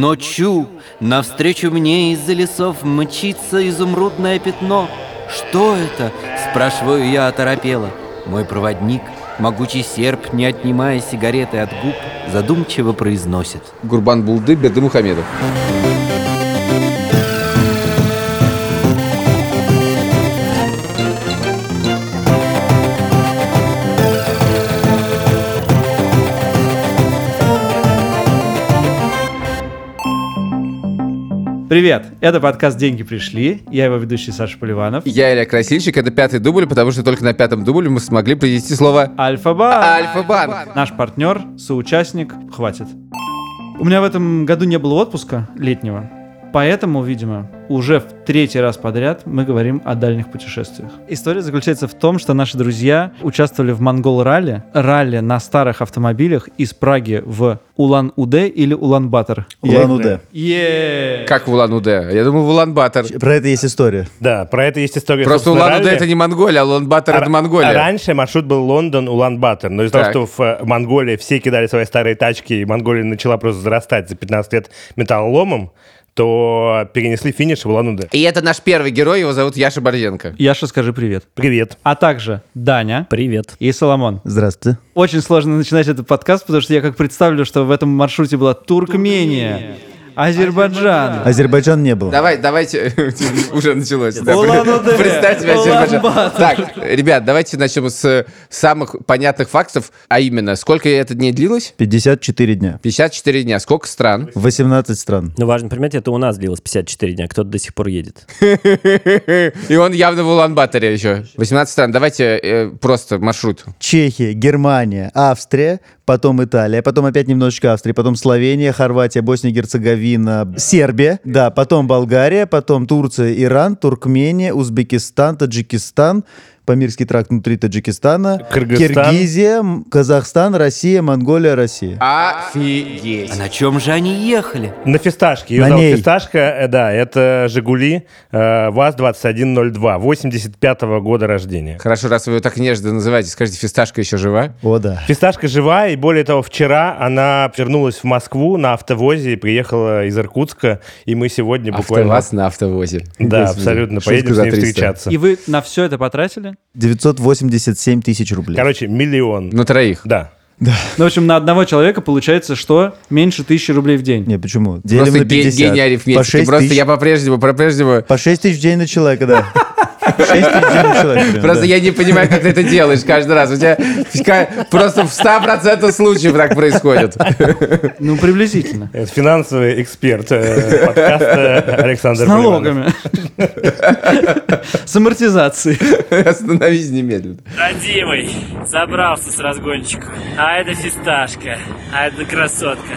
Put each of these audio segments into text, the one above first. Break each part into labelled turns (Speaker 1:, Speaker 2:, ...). Speaker 1: Ночью навстречу мне из-за лесов мчится изумрудное пятно. «Что это?» – спрашиваю я оторопела. Мой проводник, могучий серп, не отнимая сигареты от губ, задумчиво произносит.
Speaker 2: Гурбан Булды, Берды Мухамедов.
Speaker 3: Привет, это подкаст «Деньги пришли», я его ведущий Саша Поливанов.
Speaker 2: Я Илья Красильщик, это пятый дубль, потому что только на пятом дубле мы смогли произнести слово
Speaker 3: Альфа-Банк,
Speaker 2: Альфа-банк.
Speaker 3: наш партнер, соучастник, хватит. У меня в этом году не было отпуска летнего, поэтому, видимо, уже в третий раз подряд мы говорим о дальних путешествиях. История заключается в том, что наши друзья участвовали в Монгол-ралли, ралли на старых автомобилях из Праги в Улан-Удэ или Улан-Батор.
Speaker 4: Улан-Удэ.
Speaker 3: Е.
Speaker 2: Как в Улан-Удэ? Я думал, в Улан-Батор.
Speaker 4: Про это есть история.
Speaker 5: Да, про это есть история.
Speaker 2: Просто
Speaker 5: собственно,
Speaker 2: Улан-Удэ
Speaker 5: ралли.
Speaker 2: это не Монголия, а Улан-Батор это
Speaker 5: Ра-
Speaker 2: Монголия.
Speaker 5: Раньше маршрут был Лондон-Улан-Батор, но из-за
Speaker 2: Так.
Speaker 5: того, что в э, Монголии все кидали свои старые тачки, и Монголия начала просто зарастать за 15 лет металлоломом, то перенесли финиш в Улан-Удэ.
Speaker 2: И это наш первый герой, его зовут Яша Борзенко.
Speaker 3: Яша, скажи привет.
Speaker 5: Привет.
Speaker 3: А также Даня
Speaker 6: Привет.
Speaker 3: и Соломон.
Speaker 4: Здравствуйте.
Speaker 3: Очень сложно начинать этот подкаст, потому что я как представлю, что в этом маршруте была Туркмения, Азербайджан,
Speaker 4: Азербайджан не было.
Speaker 2: Давай, давайте, уже началось. Да,
Speaker 3: Улан-Удэ,
Speaker 2: Представь себя, Азербайджан.
Speaker 3: Улан-Батор.
Speaker 2: Так, ребят, давайте начнем с э, самых понятных фактов, а именно, сколько это дней длилось?
Speaker 4: 54 дня.
Speaker 2: 54 дня. Сколько стран?
Speaker 4: 18 стран.
Speaker 6: Ну, важно понимать, это у нас длилось 54 дня, кто-то до сих пор едет.
Speaker 2: И он явно в Улан-Баторе еще. 18 стран. Давайте э, просто маршрут.
Speaker 4: Чехия, Германия, Австрия, потом Италия, потом опять немножечко Австрия, потом Словения, Хорватия, Босния, Герцеговина, Сербия, да, потом Болгария, потом Турция, Иран, Туркмения, Узбекистан, Таджикистан, Памирский тракт внутри Таджикистана,
Speaker 5: Кыргызстан.
Speaker 4: Киргизия, М, Казахстан, Россия, Монголия, Россия.
Speaker 2: Офигеть.
Speaker 1: А на чем же они ехали?
Speaker 5: На фисташке. Ее
Speaker 4: На
Speaker 5: зовут
Speaker 4: ней.
Speaker 5: фисташка, э, да, это «Жигули» э, ВАЗ-2102, 85 года рождения.
Speaker 2: Хорошо, раз вы ее так нежно называете, скажите, фисташка еще жива?
Speaker 4: О, да.
Speaker 5: Фисташка жива, и более того, вчера она вернулась в Москву на автовозе и приехала из Иркутска, и мы сегодня
Speaker 2: А
Speaker 5: буквально...
Speaker 2: Автоваз на автовозе.
Speaker 5: Да,
Speaker 2: Господи,
Speaker 5: абсолютно.
Speaker 2: шутка
Speaker 5: Поедем с
Speaker 2: за
Speaker 5: ней
Speaker 2: 300.
Speaker 5: встречаться.
Speaker 3: И вы на все это потратили?
Speaker 4: 987 тысяч рублей.
Speaker 5: Короче, миллион.
Speaker 2: На троих.
Speaker 5: Да.
Speaker 3: Ну, в общем, на одного человека получается, что меньше тысячи рублей в день.
Speaker 4: Не, почему? Делим
Speaker 2: Просто
Speaker 4: на
Speaker 2: ге-
Speaker 4: 50.
Speaker 2: гений
Speaker 4: По
Speaker 2: арифметики.
Speaker 4: 6
Speaker 2: Просто
Speaker 4: тысяч.
Speaker 2: я по-прежнему, по-прежнему...
Speaker 4: По 6 тысяч в день на человека, да. 6 тысяч в день на человека. прям,
Speaker 2: Просто
Speaker 4: да.
Speaker 2: я не понимаю, как ты это делаешь каждый раз. У тебя ка- просто в 100% случаев так происходит.
Speaker 3: Ну, приблизительно.
Speaker 5: Это финансовый эксперт э, подкаста Александр
Speaker 3: С налогами. С амортизацией.
Speaker 2: Остановись немедленно.
Speaker 7: Родимый, забрался с разгончика. А это фисташка, а это красотка.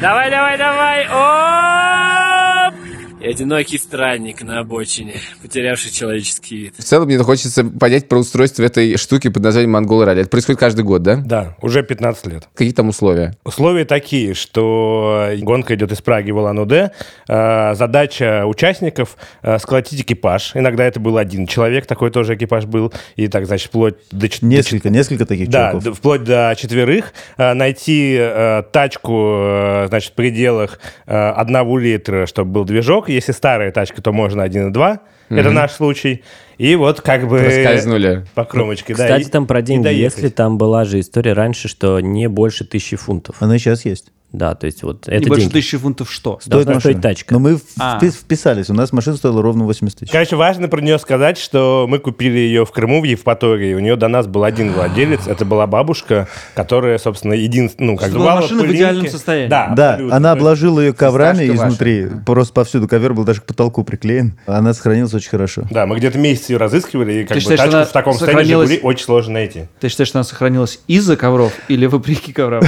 Speaker 7: Давай, давай, давай! Оп! И одинокий странник на обочине, потерявший человеческий вид.
Speaker 2: В целом, мне хочется понять про устройство этой штуки под названием «Монгол Ралли». Это происходит каждый год, да?
Speaker 5: Да, уже 15 лет.
Speaker 2: Какие там условия?
Speaker 5: Условия такие, что гонка идет из Праги в Улан-Удэ. Э, Задача участников э, сколотить экипаж. Иногда это был один человек, такой тоже экипаж был. И так, значит, вплоть до чет- до
Speaker 4: Несколько, несколько таких
Speaker 5: Да,
Speaker 4: чуваков.
Speaker 5: д- вплоть до четверых. Э, Найти э, тачку, э, значит, в пределах э, одного литра, чтобы был движок. Если старая тачка, то можно 1,2. Это наш случай. И вот как бы...
Speaker 2: Проскользнули.
Speaker 5: По кромочке, да.
Speaker 6: Ну, Кстати,
Speaker 5: и-
Speaker 6: там про
Speaker 5: и
Speaker 6: деньги.
Speaker 5: доехать.
Speaker 6: Если там была же история раньше, что не больше тысячи фунтов.
Speaker 4: Она и сейчас есть.
Speaker 6: Да, то есть вот
Speaker 3: И
Speaker 6: это
Speaker 3: больше
Speaker 6: деньги.
Speaker 3: тысячи фунтов что?
Speaker 4: Стоит
Speaker 6: Должна стоить
Speaker 4: машина.
Speaker 6: тачка.
Speaker 4: Но мы в-
Speaker 3: А.
Speaker 4: впи- вписались. У нас машина стоила ровно 80 тысяч.
Speaker 5: Короче, важно про нее сказать, что мы купили ее в Крыму, в Евпатории. У нее до нас был один владелец. Это была бабушка, которая, собственно, единственная... Ну, как
Speaker 3: Чтобы
Speaker 5: бы бывала
Speaker 3: машина в
Speaker 5: пылинки.
Speaker 3: идеальном состоянии.
Speaker 5: Да,
Speaker 4: Да,
Speaker 5: абсолютно.
Speaker 4: она обложила ее коврами
Speaker 2: фисташка ваша.
Speaker 4: изнутри. Просто повсюду. Ковер был даже к потолку приклеен. Она сохранилась очень хорошо.
Speaker 5: Да, мы где-то месяц ее разыскивали, и как
Speaker 3: Ты
Speaker 5: бы
Speaker 3: считаешь,
Speaker 5: тачку
Speaker 3: она
Speaker 5: в таком состоянии
Speaker 3: сохранилась?
Speaker 5: «Жигули» очень сложно найти.
Speaker 3: Ты считаешь, что она сохранилась из-за ковров или вопреки коврам?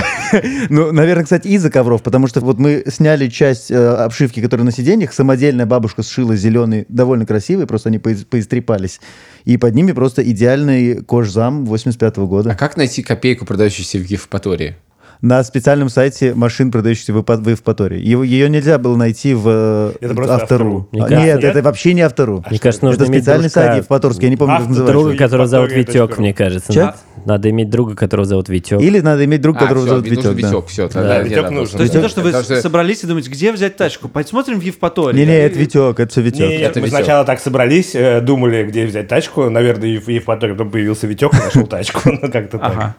Speaker 4: Ну, наверное, кстати, из-за ковров, потому что вот мы сняли часть э, обшивки, которая на сиденьях. Самодельная бабушка сшила зеленый, довольно красивый, просто они поис- поистрепались. И под ними просто идеальный кожзам 85
Speaker 2: А
Speaker 4: года.
Speaker 2: как найти копейку, продающуюся в Евпатории?
Speaker 4: На специальном сайте машин, продающихся в Ипа- в Евпатории. Его- Ее нельзя было найти в э,
Speaker 5: Это просто
Speaker 4: автору.
Speaker 6: Автору.
Speaker 4: А,
Speaker 6: Мне
Speaker 4: Нет,
Speaker 5: кажется,
Speaker 4: это вообще не автору.
Speaker 6: Мне кажется, нужно
Speaker 4: Это
Speaker 6: иметь
Speaker 4: специальный
Speaker 6: дружка,
Speaker 4: сайт Евпаторский, я не помню, как
Speaker 5: Автор-
Speaker 4: называется.
Speaker 6: друга, которого зовут
Speaker 5: Евпатория точка
Speaker 6: Витек,
Speaker 5: ру.
Speaker 6: мне кажется.
Speaker 4: Чё?
Speaker 6: Да. Надо иметь друга, которого зовут Витек.
Speaker 4: Или надо иметь друг,
Speaker 2: А,
Speaker 4: которого
Speaker 2: всё,
Speaker 4: зовут
Speaker 2: нужен
Speaker 4: Витек. да.
Speaker 2: Витек, все.
Speaker 6: Да,
Speaker 5: Витек нужен.
Speaker 3: То есть не то, что вы
Speaker 2: Потому что-
Speaker 3: собрались и думаете, где взять тачку? Посмотрим в Евпатории.
Speaker 4: Не-не, это Витек, это все
Speaker 5: Не,
Speaker 4: Витек.
Speaker 5: нет,
Speaker 2: Это
Speaker 5: мы
Speaker 2: Витёк.
Speaker 5: сначала так собрались, э, думали, где взять тачку, наверное, и в Евпатории, потом появился Витек и нашел тачку, ну как-то так.
Speaker 3: Ага.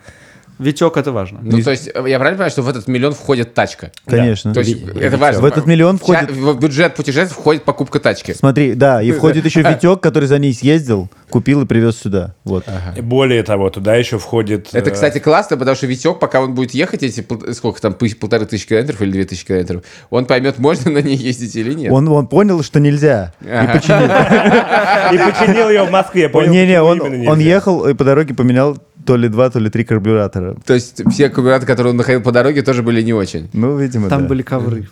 Speaker 3: Витек, это важно.
Speaker 2: Ну, то есть, э, я правильно понимаю, что в этот миллион входит тачка?
Speaker 4: Конечно.
Speaker 2: То есть, это важно.
Speaker 4: Ну, В этот миллион
Speaker 2: Ща-
Speaker 4: входит-
Speaker 2: В бюджет путешествий входит покупка тачки.
Speaker 4: Смотри, да, и входит еще Витек, который за ней съездил, купил и привез сюда. Вот.
Speaker 5: И Более того, туда еще входит...
Speaker 2: Это,
Speaker 5: э,
Speaker 2: кстати, классно, потому что Витек, пока он будет ехать эти, пол- сколько там, пы- полторы тысячи километров или две тысячи километров, он поймет, можно на ней ездить или нет.
Speaker 4: Он, он понял, что нельзя.
Speaker 2: Ага.
Speaker 4: И починил.
Speaker 5: И починил ее в Москве, понял?
Speaker 4: Не-не,
Speaker 5: почему
Speaker 4: он,
Speaker 5: именно
Speaker 4: он
Speaker 5: нельзя.
Speaker 4: ехал и по дороге поменял то ли два, то ли три карбюратора.
Speaker 2: То есть, все карбюраторы, которые он находил по дороге, тоже были не очень.
Speaker 4: Ну, видимо,
Speaker 3: Там
Speaker 4: да.
Speaker 3: были ковры.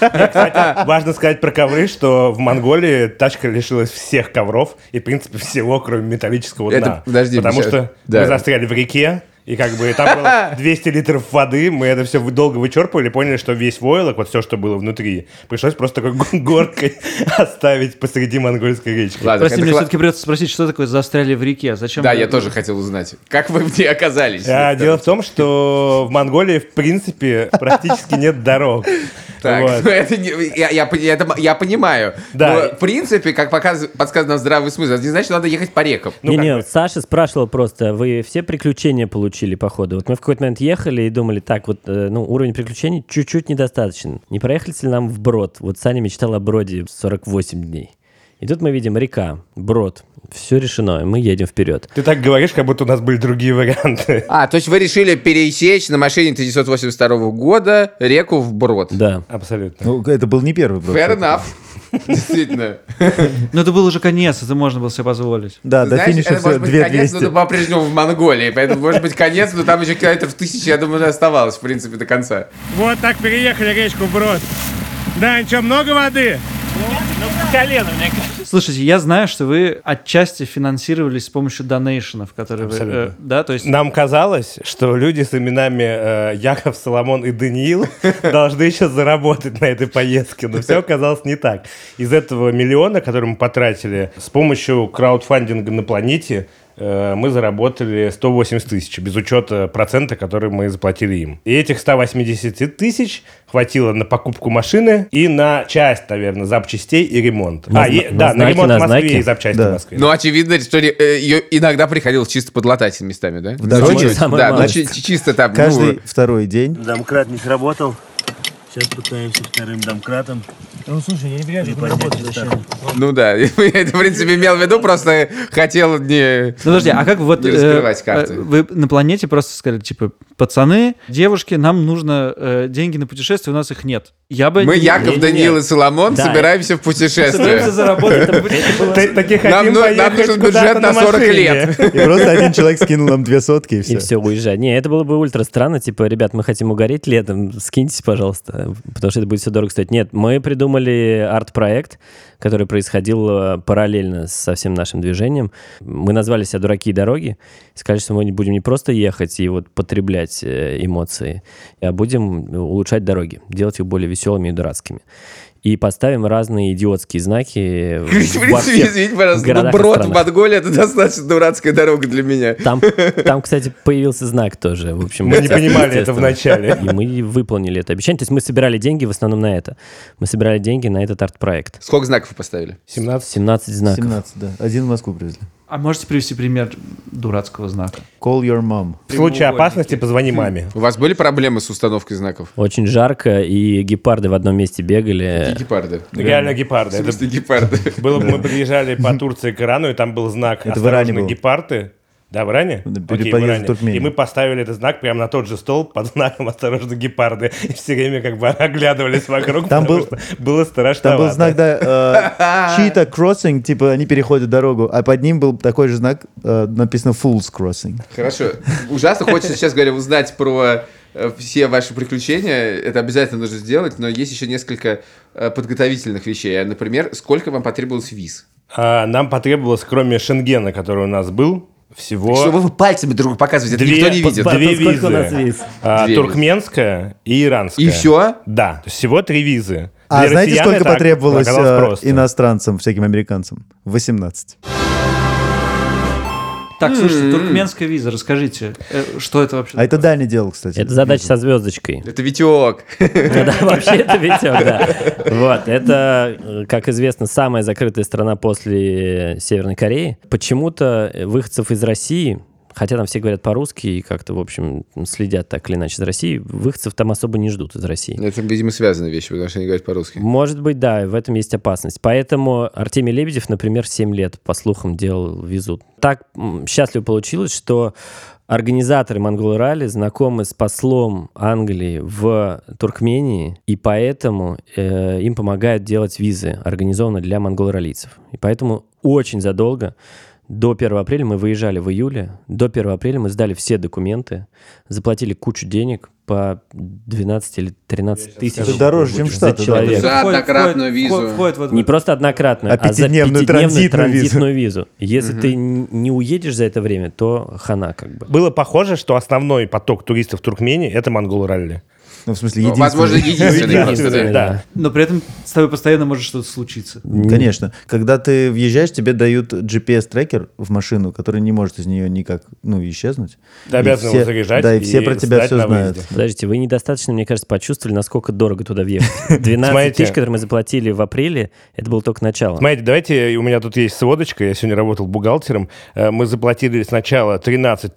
Speaker 5: Важно сказать про ковры, что в Монголии тачка лишилась всех ковров и, в принципе, всего, кроме металлического
Speaker 2: Это-
Speaker 5: дна.
Speaker 2: подожди,
Speaker 5: потому
Speaker 2: сейчас-
Speaker 5: что
Speaker 2: да.
Speaker 5: мы застряли в реке, и как бы там было 200 литров воды, мы это все долго вычерпывали, поняли, что весь войлок, вот все, что было внутри, пришлось просто такой гу- горкой оставить посреди монгольской речки.
Speaker 2: Ладно,
Speaker 3: Прости,
Speaker 2: это
Speaker 3: мне
Speaker 2: кла-
Speaker 3: все-таки придется спросить, что такое застряли в реке? а Зачем?
Speaker 2: А Да,
Speaker 3: вы-
Speaker 2: я тоже хотел узнать. Как вы где оказались?
Speaker 5: А, дело в том, что в Монголии, в принципе, практически нет дорог.
Speaker 2: Так,
Speaker 5: Вот.
Speaker 2: ну это не- я, я пони- это м- я понимаю.
Speaker 5: Да.
Speaker 2: Но в принципе, как показ- подсказано здравый смысл, это не значит, что надо ехать по рекам.
Speaker 5: ну,
Speaker 6: Не-не,
Speaker 5: как бы.
Speaker 6: Саша спрашивала просто, вы все приключения получили по ходу? Вот мы в какой-то момент ехали и думали, так вот, э, ну, уровень приключений чуть-чуть недостаточен. Не проехались ли нам в брод? Вот Саня мечтал о броде 48 дней. И тут мы видим река, брод, все решено, и мы едем вперед.
Speaker 5: Ты так говоришь, как будто у нас были другие варианты.
Speaker 2: А, то есть вы решили пересечь на машине 1982 года реку вброд.
Speaker 6: Да.
Speaker 5: Абсолютно.
Speaker 4: Ну, это был не первый просто.
Speaker 2: Fair enough. Действительно.
Speaker 3: Ну, это был уже конец, это можно было себе позволить.
Speaker 4: Да, до
Speaker 2: Знаешь,
Speaker 4: финиша
Speaker 2: это
Speaker 4: все
Speaker 2: может быть конец,
Speaker 4: 2200.
Speaker 2: но ты по-прежнему в Монголии. Поэтому может быть конец, но там еще километров тысячи, я думаю, оставалось, в принципе, до конца.
Speaker 8: Вот так переехали речку Брод. Да, ничего, много воды?
Speaker 7: Колено, мне кажется.
Speaker 3: Слушайте, я знаю, что вы отчасти финансировались с помощью донейшенов, которые вы... э,
Speaker 5: Абсолютно.
Speaker 3: Да, то есть...
Speaker 5: Нам казалось, что люди с именами э, Яков, Соломон и Даниил должны еще заработать на этой поездке, но все оказалось не так. Из этого миллиона, который мы потратили, с помощью краудфандинга на планете э, мы заработали 180 тысяч, без учета процента, который мы заплатили им. И этих 180 тысяч хватило на покупку машины и на часть, наверное, запчастей и ремонт.
Speaker 6: На
Speaker 5: а,
Speaker 6: зна-
Speaker 5: и-
Speaker 6: на
Speaker 5: да, на
Speaker 6: знаки,
Speaker 5: ремонт
Speaker 6: на
Speaker 5: в Москве
Speaker 6: знаки.
Speaker 5: и запчасти
Speaker 4: Да.
Speaker 5: в Москве.
Speaker 2: Ну, очевидно, что ли, э, ее иногда приходилось чисто подлатать местами, да? В
Speaker 4: дороге?
Speaker 6: Самое
Speaker 2: Да, ну,
Speaker 6: малость.
Speaker 2: чи- чи- чисто там. ну,
Speaker 4: Каждый второй день.
Speaker 8: Домкрат не сработал. Сейчас пытаемся вторым домкратом. Ну, слушай, я не понимаю, как работает
Speaker 2: Ну да, я это, в принципе, имел в виду, просто хотел не...
Speaker 3: Ну, подожди, а как вот...
Speaker 2: Не
Speaker 3: э,
Speaker 2: раскрывать
Speaker 3: э,
Speaker 2: карты.
Speaker 3: Вы на планете просто сказали, типа, пацаны, девушки, нам нужно э, деньги на путешествие, у нас их нет. Я бы...
Speaker 2: Мы,
Speaker 3: не-
Speaker 2: Яков,
Speaker 6: не-не-не.
Speaker 2: Даниил и Соломон,
Speaker 6: Да.
Speaker 2: собираемся в
Speaker 3: Собираемся
Speaker 2: путешествие.
Speaker 3: заработать. там будет-
Speaker 5: Ты- таки
Speaker 2: Нам
Speaker 5: хотим
Speaker 2: ну- нам
Speaker 5: поехать
Speaker 2: нужен
Speaker 5: куда-то
Speaker 2: бюджет на 40
Speaker 5: машине.
Speaker 2: лет.
Speaker 4: И просто один человек скинул нам две сотки, и
Speaker 6: И
Speaker 4: все.
Speaker 6: все, уезжай. Не, это было бы ультра странно, типа, ребят, мы хотим угореть летом, скиньтесь, пожалуйста, потому что это будет все дорого стоить. Нет, мы придумали арт-проект, который происходил э, параллельно со всем нашим движением. Мы назвали себя «Дураки и дороги», сказали, что мы не будем не просто ехать и вот потреблять э, эмоции, а будем улучшать дороги, делать их более веселыми и дурацкими. И поставим разные идиотские знаки.
Speaker 2: В
Speaker 6: в- во
Speaker 2: принципе,
Speaker 6: всех
Speaker 2: извините, пожалуйста, но
Speaker 6: городах и
Speaker 2: брод в
Speaker 6: странах.
Speaker 2: Монголии — это достаточно дурацкая дорога для меня.
Speaker 6: Там, там, кстати, появился знак тоже. В общем,
Speaker 5: Мы не понимали это
Speaker 6: естественно.
Speaker 5: вначале.
Speaker 6: И мы выполнили это обещание. То есть мы собирали деньги в основном на это. Мы собирали деньги на этот арт-проект.
Speaker 2: Сколько знаков вы поставили?
Speaker 5: 17.
Speaker 6: 17 знаков.
Speaker 4: 17, да. Один в Москву привезли.
Speaker 3: А можете привести пример дурацкого знака?
Speaker 4: Call your mom.
Speaker 5: В случае опасности позвони маме.
Speaker 2: У вас были проблемы с установкой знаков?
Speaker 6: Очень жарко, и гепарды в одном месте бегали.
Speaker 2: И гепарды.
Speaker 5: Реально гепарды.
Speaker 2: В
Speaker 5: Это
Speaker 2: смысле, гепарды.
Speaker 5: было бы, мы приезжали по Турции к Ирану, и там был знак
Speaker 4: Это в Иране
Speaker 5: «Осторожно,
Speaker 4: было.
Speaker 5: гепарды». Да, в Иране?
Speaker 4: Да,
Speaker 5: Окей,
Speaker 4: перепоезд в Туркмению.
Speaker 5: И мы поставили этот знак прямо на тот же стол под знаком «Осторожно, гепарды». И все время как бы оглядывались вокруг,
Speaker 4: Там
Speaker 5: потому
Speaker 4: был-
Speaker 5: что было страшно.
Speaker 4: Там был знак, да, чита crossing, типа они переходят дорогу, а под ним был такой же знак, э, написано fools crossing.
Speaker 2: Хорошо. Ужасно хочется сейчас, говорю, узнать про э, все ваши приключения. Это обязательно нужно сделать, но есть еще несколько э, подготовительных вещей. А, Например, сколько вам потребовалось виз?
Speaker 5: А, нам потребовалось, кроме Шенгена, который у нас был, всего...
Speaker 2: Чтобы вы пальцами друг другу показываете, это
Speaker 5: Две-
Speaker 2: никто не видит.
Speaker 5: Две
Speaker 6: Батон, сколько
Speaker 5: визы.
Speaker 6: у нас виз?
Speaker 5: А,
Speaker 2: Две
Speaker 5: туркменская и иранская.
Speaker 2: И все?
Speaker 5: Да. То есть всего три визы.
Speaker 4: А
Speaker 5: Для
Speaker 4: знаете,
Speaker 5: россиян
Speaker 4: сколько
Speaker 5: это
Speaker 4: потребовалось
Speaker 5: оказалось
Speaker 4: э,
Speaker 5: просто.
Speaker 4: иностранцам, всяким американцам? 18.
Speaker 3: Так, слушайте, туркменская виза, расскажите, э, что это вообще?
Speaker 4: А это Дани делал, кстати.
Speaker 6: Это задача со звездочкой.
Speaker 2: Это Витек.
Speaker 6: Ну Да, вообще это Витек, да. Вот, это, э, как известно, самая закрытая страна после Северной Кореи. Почему-то выходцев из России, хотя там все говорят по-русски и как-то, в общем, следят так или иначе за Россией, выходцев там особо не ждут из России.
Speaker 2: Это, видимо, связанные вещи, потому что они говорят по-русски.
Speaker 6: Может быть, да, в этом есть опасность. Поэтому Артемий Лебедев, например, 7 лет, по слухам, делал визу. Так м, счастливо получилось, что организаторы «Монгол Ралли» знакомы с послом Англии в Туркмении, и поэтому э, им помогают делать визы, организованные для монголоралийцев. И поэтому очень задолго до 1 апреля мы выезжали в июле. До 1 апреля мы сдали все документы, заплатили кучу денег по 12 или 13 тысяч.
Speaker 4: Это Типа дороже, чем в
Speaker 6: за
Speaker 4: Штаты, да,
Speaker 6: человека.
Speaker 2: За однократную визу.
Speaker 3: Входит, вот-
Speaker 6: Не просто однократно,
Speaker 4: А
Speaker 6: а, за
Speaker 4: пятидневную
Speaker 6: пятидневную
Speaker 4: транзитную
Speaker 6: транзитную, визу. Если ты н- не уедешь за это время, то хана как бы.
Speaker 5: Было похоже, что основной поток туристов в Туркмении — это монгол-ралли.
Speaker 4: Ну, в смысле,
Speaker 2: Ну,
Speaker 4: единственный.
Speaker 2: Возможно, единственный. просто,
Speaker 5: Единственный,
Speaker 2: да.
Speaker 5: да.
Speaker 3: Но при этом с тобой постоянно может что-то случиться.
Speaker 4: Конечно. Когда ты въезжаешь, тебе дают GPS-трекер в машину, который не может из нее никак, ну, исчезнуть.
Speaker 5: Ты
Speaker 4: И
Speaker 5: обязан
Speaker 4: все-
Speaker 5: его заряжать
Speaker 4: Да, и
Speaker 5: и
Speaker 4: все про тебя
Speaker 5: сдать
Speaker 4: все
Speaker 5: на
Speaker 4: знают.
Speaker 5: выезде.
Speaker 6: Подождите, вы недостаточно, мне кажется, почувствовали, насколько дорого туда въехать. 12
Speaker 5: Смотрите.
Speaker 6: тысяч, которые мы заплатили в апреле, это было только начало.
Speaker 5: Смотрите, давайте, у меня тут есть сводочка, я сегодня работал бухгалтером. Э, Мы заплатили сначала 13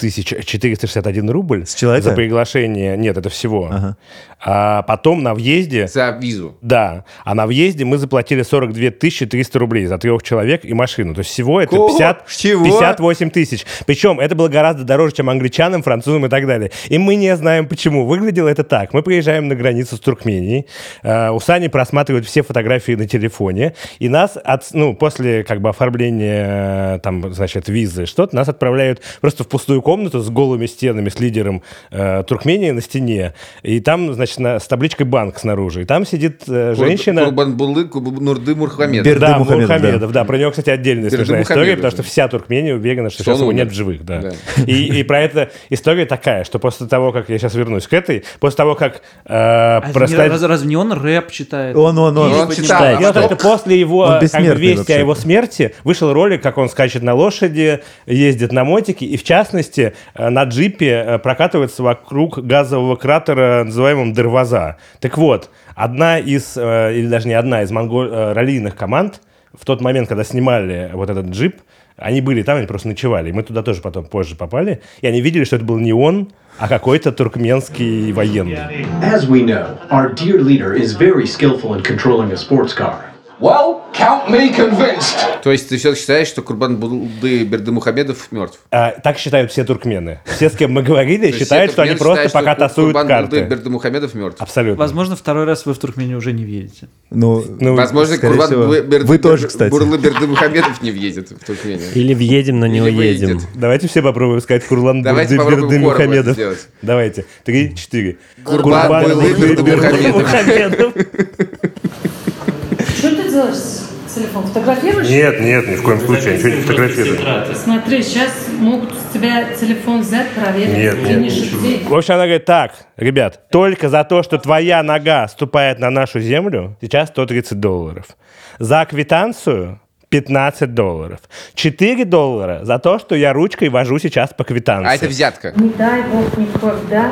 Speaker 5: 461 рубль.
Speaker 4: С человека?
Speaker 5: За приглашение, нет, это всего.
Speaker 4: Ага.
Speaker 5: А потом на въезде...
Speaker 2: За визу.
Speaker 5: Да, а на въезде мы заплатили 42 300 рублей за трех человек и машину. То есть всего это
Speaker 2: Кого?
Speaker 5: 50,
Speaker 2: Чего?
Speaker 5: 58 тысяч. Причем это было гораздо дороже, чем англичанам, французам и так далее. И мы не знаем почему. Выглядело это так. Мы приезжаем на границу с Туркменией, э, у Сани просматривают все фотографии на телефоне, и нас, от, ну, после как бы оформления э, там, значит, визы, что-то, нас отправляют просто в пустую комнату с голыми стенами, с лидером э, Туркмении на стене, и там, значит, на- с табличкой «Банк» снаружи. И там сидит э, женщина...
Speaker 2: Курбанбулы, Куб- Нурды Мурхамедов.
Speaker 4: Бер- Берды
Speaker 5: Да,
Speaker 4: Мухамедов,
Speaker 5: Мухамедов,
Speaker 4: да.
Speaker 5: да. Про него, кстати, отдельная
Speaker 2: Берды
Speaker 5: смешная история,
Speaker 2: Мухамедов,
Speaker 5: потому что
Speaker 2: да.
Speaker 5: вся Туркмения уверена, что,
Speaker 2: Что
Speaker 5: сейчас
Speaker 2: он
Speaker 5: его
Speaker 2: умер.
Speaker 5: нет в живых, да.
Speaker 2: Да.
Speaker 5: И, и про это история такая, что после того, как я сейчас вернусь к этой, после того, как э,
Speaker 3: А
Speaker 5: проста-
Speaker 3: раз- разве не он рэп читает?
Speaker 4: Он, он, он.
Speaker 3: Кисть
Speaker 2: Ну, Он
Speaker 3: поднимает.
Speaker 2: читает.
Speaker 5: Дело в том,
Speaker 2: что?
Speaker 5: что после его
Speaker 4: А Он
Speaker 5: как бы,
Speaker 4: бессмертный
Speaker 5: вести
Speaker 4: вообще.
Speaker 5: о его смерти вышел ролик, как он скачет на лошади, ездит на мотике, и в частности э, на джипе э, прокатывается вокруг газового кратера, называемым Дерваза. Так вот, одна из, э, или даже не одна из монголь э, раллийных команд в тот момент, когда снимали вот этот джип, они были там, они просто ночевали. И мы туда тоже потом позже попали. И они видели, что это был не он, а какой-то туркменский военный.
Speaker 9: As we know, our dear leader is very skillful in controlling a sports car.
Speaker 10: Well, count me convinced.
Speaker 2: То есть ты все-таки считаешь, что Курбанбулды Берды Мухамедов мертв?
Speaker 5: А, так считают все туркмены. Все, с кем мы говорили,
Speaker 2: То есть
Speaker 5: считают,
Speaker 2: все
Speaker 5: что они
Speaker 2: туркмены
Speaker 5: просто
Speaker 2: считают,
Speaker 5: пока
Speaker 2: что
Speaker 5: тасуют
Speaker 2: Курбанбулды
Speaker 5: карты.
Speaker 2: Берды Мухамедов мертв.
Speaker 5: Абсолютно.
Speaker 3: Возможно, второй раз вы в Туркмению уже не въедете.
Speaker 4: Ну,
Speaker 5: Ну,
Speaker 2: Возможно,
Speaker 4: скорее
Speaker 2: Курбан
Speaker 4: всего.
Speaker 2: Бу- Берды-
Speaker 4: Вы тоже,
Speaker 2: Берды-
Speaker 4: кстати.
Speaker 2: Бурлы Берды Мухамедов не въедет в Туркмению.
Speaker 6: Или въедем, но не
Speaker 2: Или
Speaker 6: уедем.
Speaker 2: выедет.
Speaker 5: Давайте все попробуем сказать Курлан
Speaker 2: Давайте
Speaker 5: Бурды
Speaker 2: попробуем
Speaker 5: Берды
Speaker 2: хором это
Speaker 5: Мухамедов.
Speaker 2: сделать.
Speaker 5: Давайте. Три, четыре.
Speaker 2: Курбан Бурлы Берды Мухамедов.
Speaker 5: Мухамедов.
Speaker 11: Что ты делаешь с телефоном? Фотографируешь?
Speaker 5: Нет, нет, ни в коем случае, я ничего не фотографирую.
Speaker 11: Смотри, сейчас могут с тебя телефон взять, проверить.
Speaker 5: Нет,
Speaker 11: Ты
Speaker 5: нет,
Speaker 11: не шути.
Speaker 5: В общем, она говорит, так, ребят, только за то, что твоя нога ступает на нашу землю, сейчас 130 долларов. За квитанцию 15 долларов. 4 доллара за то, что я ручкой вожу сейчас по квитанции.
Speaker 2: А это взятка.
Speaker 11: Не дай бог никогда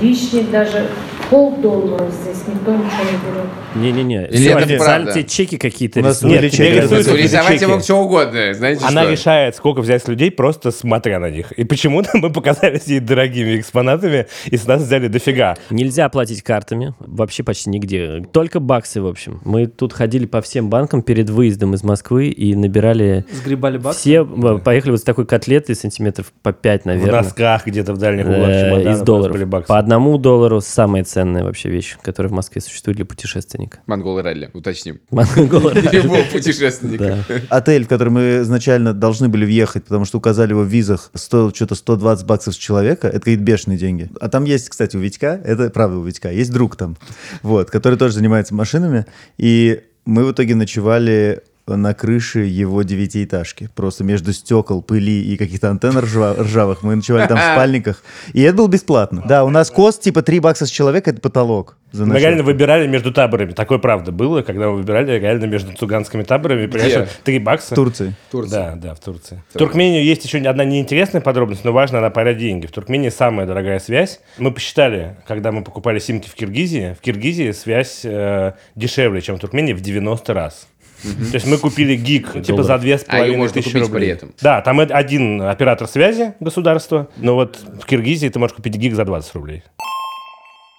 Speaker 11: лишний даже полдоллара здесь никто ничего не берет.
Speaker 6: Не-не-не.
Speaker 2: Или это
Speaker 6: Официально
Speaker 2: правда?
Speaker 6: тебе чеки какие-то
Speaker 4: У нас
Speaker 6: рисуют.
Speaker 4: тут
Speaker 5: Нет, тебе
Speaker 4: лечение.
Speaker 5: рисуют эти
Speaker 2: Рисовать
Speaker 5: чеки.
Speaker 2: его все угодно, знаете
Speaker 5: Она
Speaker 2: что?
Speaker 5: решает, сколько взять с людей, просто смотря на них. И почему-то мы показались ей дорогими экспонатами, и с нас взяли дофига.
Speaker 6: Нельзя платить картами, вообще почти нигде. Только баксы, в общем. Мы тут ходили по всем банкам перед выездом из Москвы и набирали...
Speaker 3: Сгребали бак.
Speaker 6: Все э, поехали вот с такой котлетой сантиметров по 5,
Speaker 5: В
Speaker 6: наверное.
Speaker 5: носках где-то в дальних углах чемодана
Speaker 6: э, из
Speaker 5: просто были
Speaker 6: долларов.
Speaker 5: баксы.
Speaker 6: По одному доллару самая ценная вообще вещь, которая в Москве существует для путешественника.
Speaker 2: Монголы ралли, уточним.
Speaker 6: Доллар.
Speaker 2: Любого путешественника.
Speaker 4: Отель, в который мы изначально должны были въехать, потому что указали его в визах, стоил что-то 120 баксов с человека. Это какие-то бешеные деньги. А там есть, кстати, у Витька, это правда у Витька, есть друг там, вот, который тоже занимается машинами. И мы в итоге ночевали на крыше его девятиэтажки. Просто между стекол, пыли и каких-то антенн ржава- ржавых. Мы ночевали там в спальниках. И это было бесплатно. Да, у нас кост типа 3 бакса с человека, это потолок. за
Speaker 5: Мы
Speaker 4: ночевку.
Speaker 5: реально выбирали между таборами. Такое правда было, когда мы выбирали реально между цуганскими таборами. Понимаешь, 3
Speaker 4: В
Speaker 5: бакса.
Speaker 4: Турции.
Speaker 2: Турции.
Speaker 5: Да, да, в Турции. В Туркмении есть еще одна неинтересная подробность, но важно, она порядок деньги. В Туркмении самая дорогая связь. Мы посчитали, когда мы покупали симки в Киргизии, в Киргизии связь э, дешевле, чем в Туркмении в 90 раз. То есть мы купили гиг, ну, типа за
Speaker 2: Долларов.
Speaker 5: две с
Speaker 2: А её
Speaker 5: половиной
Speaker 2: можно
Speaker 5: тысячи
Speaker 2: купить
Speaker 5: рублей.
Speaker 2: при этом.
Speaker 5: Да, там э- один оператор связи государства, но вот в Киргизии ты можешь купить гиг за 20 рублей.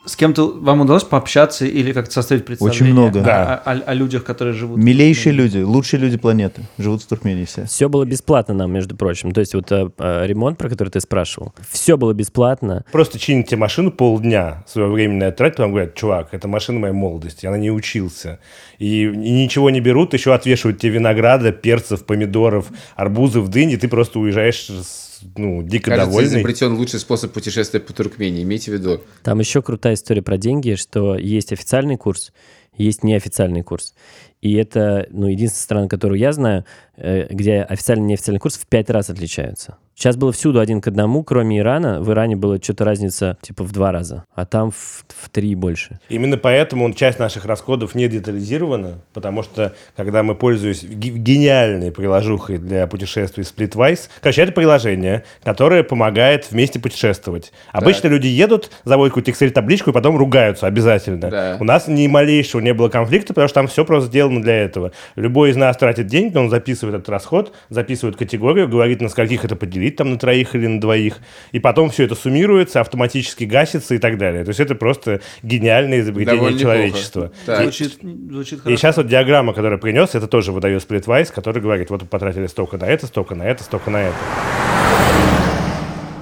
Speaker 3: С кем-то вам удалось пообщаться или как-то составить представление
Speaker 4: Очень много.
Speaker 3: о-
Speaker 5: Да.
Speaker 3: о, о людях, которые живут?
Speaker 4: Милейшие люди, лучшие люди планеты. Живут в Туркмении все.
Speaker 6: Все было бесплатно нам, между прочим. То есть вот э, э, ремонт, про который ты спрашивал, все было бесплатно.
Speaker 5: Просто чините машину полдня своего времени на это тратить, потом говорят, чувак, это машина моей молодости, я на ней учился. И, и ничего не берут, еще отвешивают тебе винограда, перцев, помидоров, арбузов, дыни, ты просто уезжаешь с- ну, дико
Speaker 2: Кажется,
Speaker 5: довольный.
Speaker 2: изобретен лучший способ путешествия по Туркмении. Имейте в виду.
Speaker 6: Там еще крутая история про деньги, что есть официальный курс, есть неофициальный курс. И это, ну, единственная страна, которую я знаю, э, где официальный и неофициальный курс в пять раз отличаются. Сейчас было всюду один к одному, кроме Ирана. В Иране была что-то разница типа в два раза, а там в, в три больше.
Speaker 5: Именно поэтому он- часть наших расходов не детализирована, потому что, когда мы пользуемся ге- гениальной приложухой для путешествий Splitwise, короче, это приложение, которое помогает вместе путешествовать. Обычно люди едут, заводят какую-то Excel-табличку и потом ругаются обязательно.
Speaker 2: Да.
Speaker 5: У нас ни малейшего не было конфликта, потому что там все просто сделано для этого. Любой из нас тратит деньги, он записывает этот расход, записывает категорию, говорит, на скольких это поделить, там на троих или на двоих, и потом все это суммируется, автоматически гасится и так далее. То есть это просто гениальное изобретение
Speaker 2: Довольно неплохо.
Speaker 5: человечества.
Speaker 2: Так.
Speaker 3: Звучит, звучит
Speaker 5: И
Speaker 3: хорошо.
Speaker 5: сейчас вот диаграмма, которую принес, это тоже выдает сплитвайс, который говорит, вот вы потратили столько на это, столько на это, столько на это.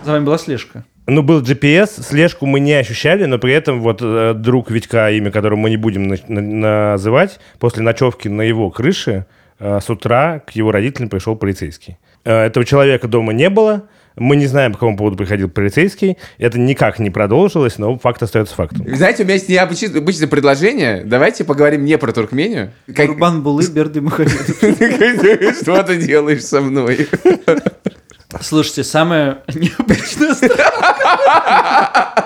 Speaker 3: За вами была слежка.
Speaker 5: Ну, был GPS, слежку мы не ощущали, но при этом вот э, друг Витька, имя которого мы не будем на- на- называть, после ночевки на его крыше э, с утра к его родителям пришел полицейский. Э, этого человека дома не было, мы не знаем, по какому поводу приходил полицейский, это никак не продолжилось, но факт остается фактом.
Speaker 2: Знаете, у меня есть необычное обычное предложение. Давайте поговорим не про Туркмению. Как-
Speaker 3: Курбан Булы, Берды Мухаммедов.
Speaker 2: Что ты делаешь со мной?
Speaker 3: Слушайте, самое необычное...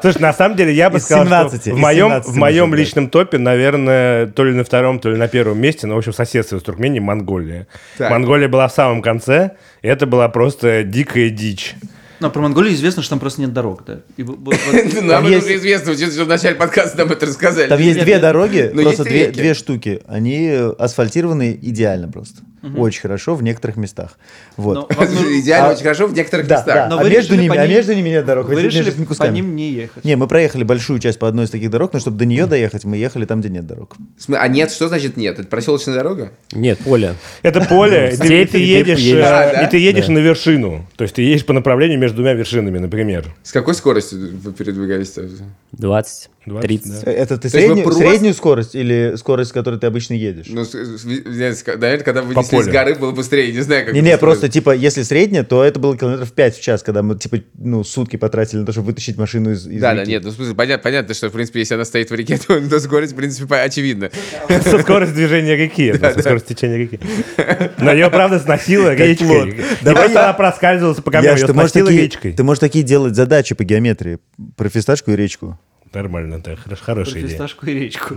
Speaker 5: Слушай, на самом деле я бы
Speaker 4: Из
Speaker 5: сказал,
Speaker 4: 17,
Speaker 5: что в
Speaker 4: из
Speaker 5: моем,
Speaker 4: 17
Speaker 5: в моем
Speaker 4: нужно
Speaker 5: личном топе, наверное, то ли на втором, то ли на первом месте, но, в общем, соседство с Туркменией Монголия.
Speaker 2: Так.
Speaker 5: Монголия была в самом конце, и это была просто дикая дичь.
Speaker 3: Но про Монголию известно, что там просто нет дорог, да. И вот- вот- вот-
Speaker 2: Нам это
Speaker 4: есть-
Speaker 2: уже известно, учитывая, что в начале подкаста нам это рассказали.
Speaker 4: Там есть две дороги,
Speaker 2: Но есть
Speaker 4: просто
Speaker 2: и
Speaker 4: две,
Speaker 2: реки.
Speaker 4: две штуки. Они э, асфальтированы идеально просто. Очень хорошо в некоторых местах. Вот.
Speaker 3: но вам нужно-
Speaker 2: Идеально,
Speaker 4: А-
Speaker 2: очень хорошо в некоторых
Speaker 4: да, да.
Speaker 2: местах.
Speaker 3: Но
Speaker 4: А,
Speaker 3: вы
Speaker 4: между
Speaker 3: решили
Speaker 4: ними,
Speaker 3: по
Speaker 4: а
Speaker 3: ним-
Speaker 4: между ними нет дорог.
Speaker 3: Вы
Speaker 4: Между
Speaker 3: решили
Speaker 4: этими
Speaker 3: по
Speaker 4: кусками.
Speaker 3: ним не ехать.
Speaker 4: Не, мы проехали большую часть по одной из таких дорог, но чтобы до нее доехать, мы ехали там, где нет дорог.
Speaker 2: В смы- А нет, что значит нет? Это проселочная дорога?
Speaker 6: Нет, Оля,
Speaker 5: Это поле, и ты, и ты
Speaker 6: Степь, и ты
Speaker 5: едешь,
Speaker 6: едешь.
Speaker 5: э,
Speaker 2: Да, да.
Speaker 5: и ты едешь на вершину. То есть ты едешь по направлению между двумя вершинами, например.
Speaker 2: С какой скоростью вы передвигаетесь? там?
Speaker 6: 20,
Speaker 5: 20,
Speaker 6: 30.
Speaker 5: да.
Speaker 4: Э, Это ты
Speaker 2: То есть вы
Speaker 4: среднюю,
Speaker 2: просто-
Speaker 4: среднюю скорость или скорость, с которой ты обычно едешь?
Speaker 2: Ну, с- с- ви- я ска- наверное, когда вы
Speaker 5: По
Speaker 2: несли с
Speaker 5: полю.
Speaker 2: горы, было быстрее. Не знаю, как
Speaker 4: Не,
Speaker 2: это
Speaker 4: не,
Speaker 2: устроено.
Speaker 4: просто типа, если средняя, то это было километров 5 в час, когда мы типа ну сутки потратили на то, чтобы вытащить машину из, из
Speaker 2: Да, да,
Speaker 4: реки.
Speaker 2: нет, ну, в смысле, понятно, понятно, что, в принципе, если она стоит в реке, то, то скорость, в принципе, по- очевидно.
Speaker 5: Со скорость движения реки. это со скорость течения реки. Но ее, правда, сносило речкой. Не
Speaker 4: Давай
Speaker 5: просто
Speaker 4: я-
Speaker 5: она проскальзывалась по камням,
Speaker 4: Я ж,
Speaker 5: ее
Speaker 4: ты, можешь
Speaker 5: сносило
Speaker 4: такие,
Speaker 5: речкой.
Speaker 4: ты можешь такие делать задачи по геометрии про фисташку и речку.
Speaker 5: Нормально, да, хорош-
Speaker 3: Про
Speaker 5: хорошая идея.
Speaker 3: фисташку и речку.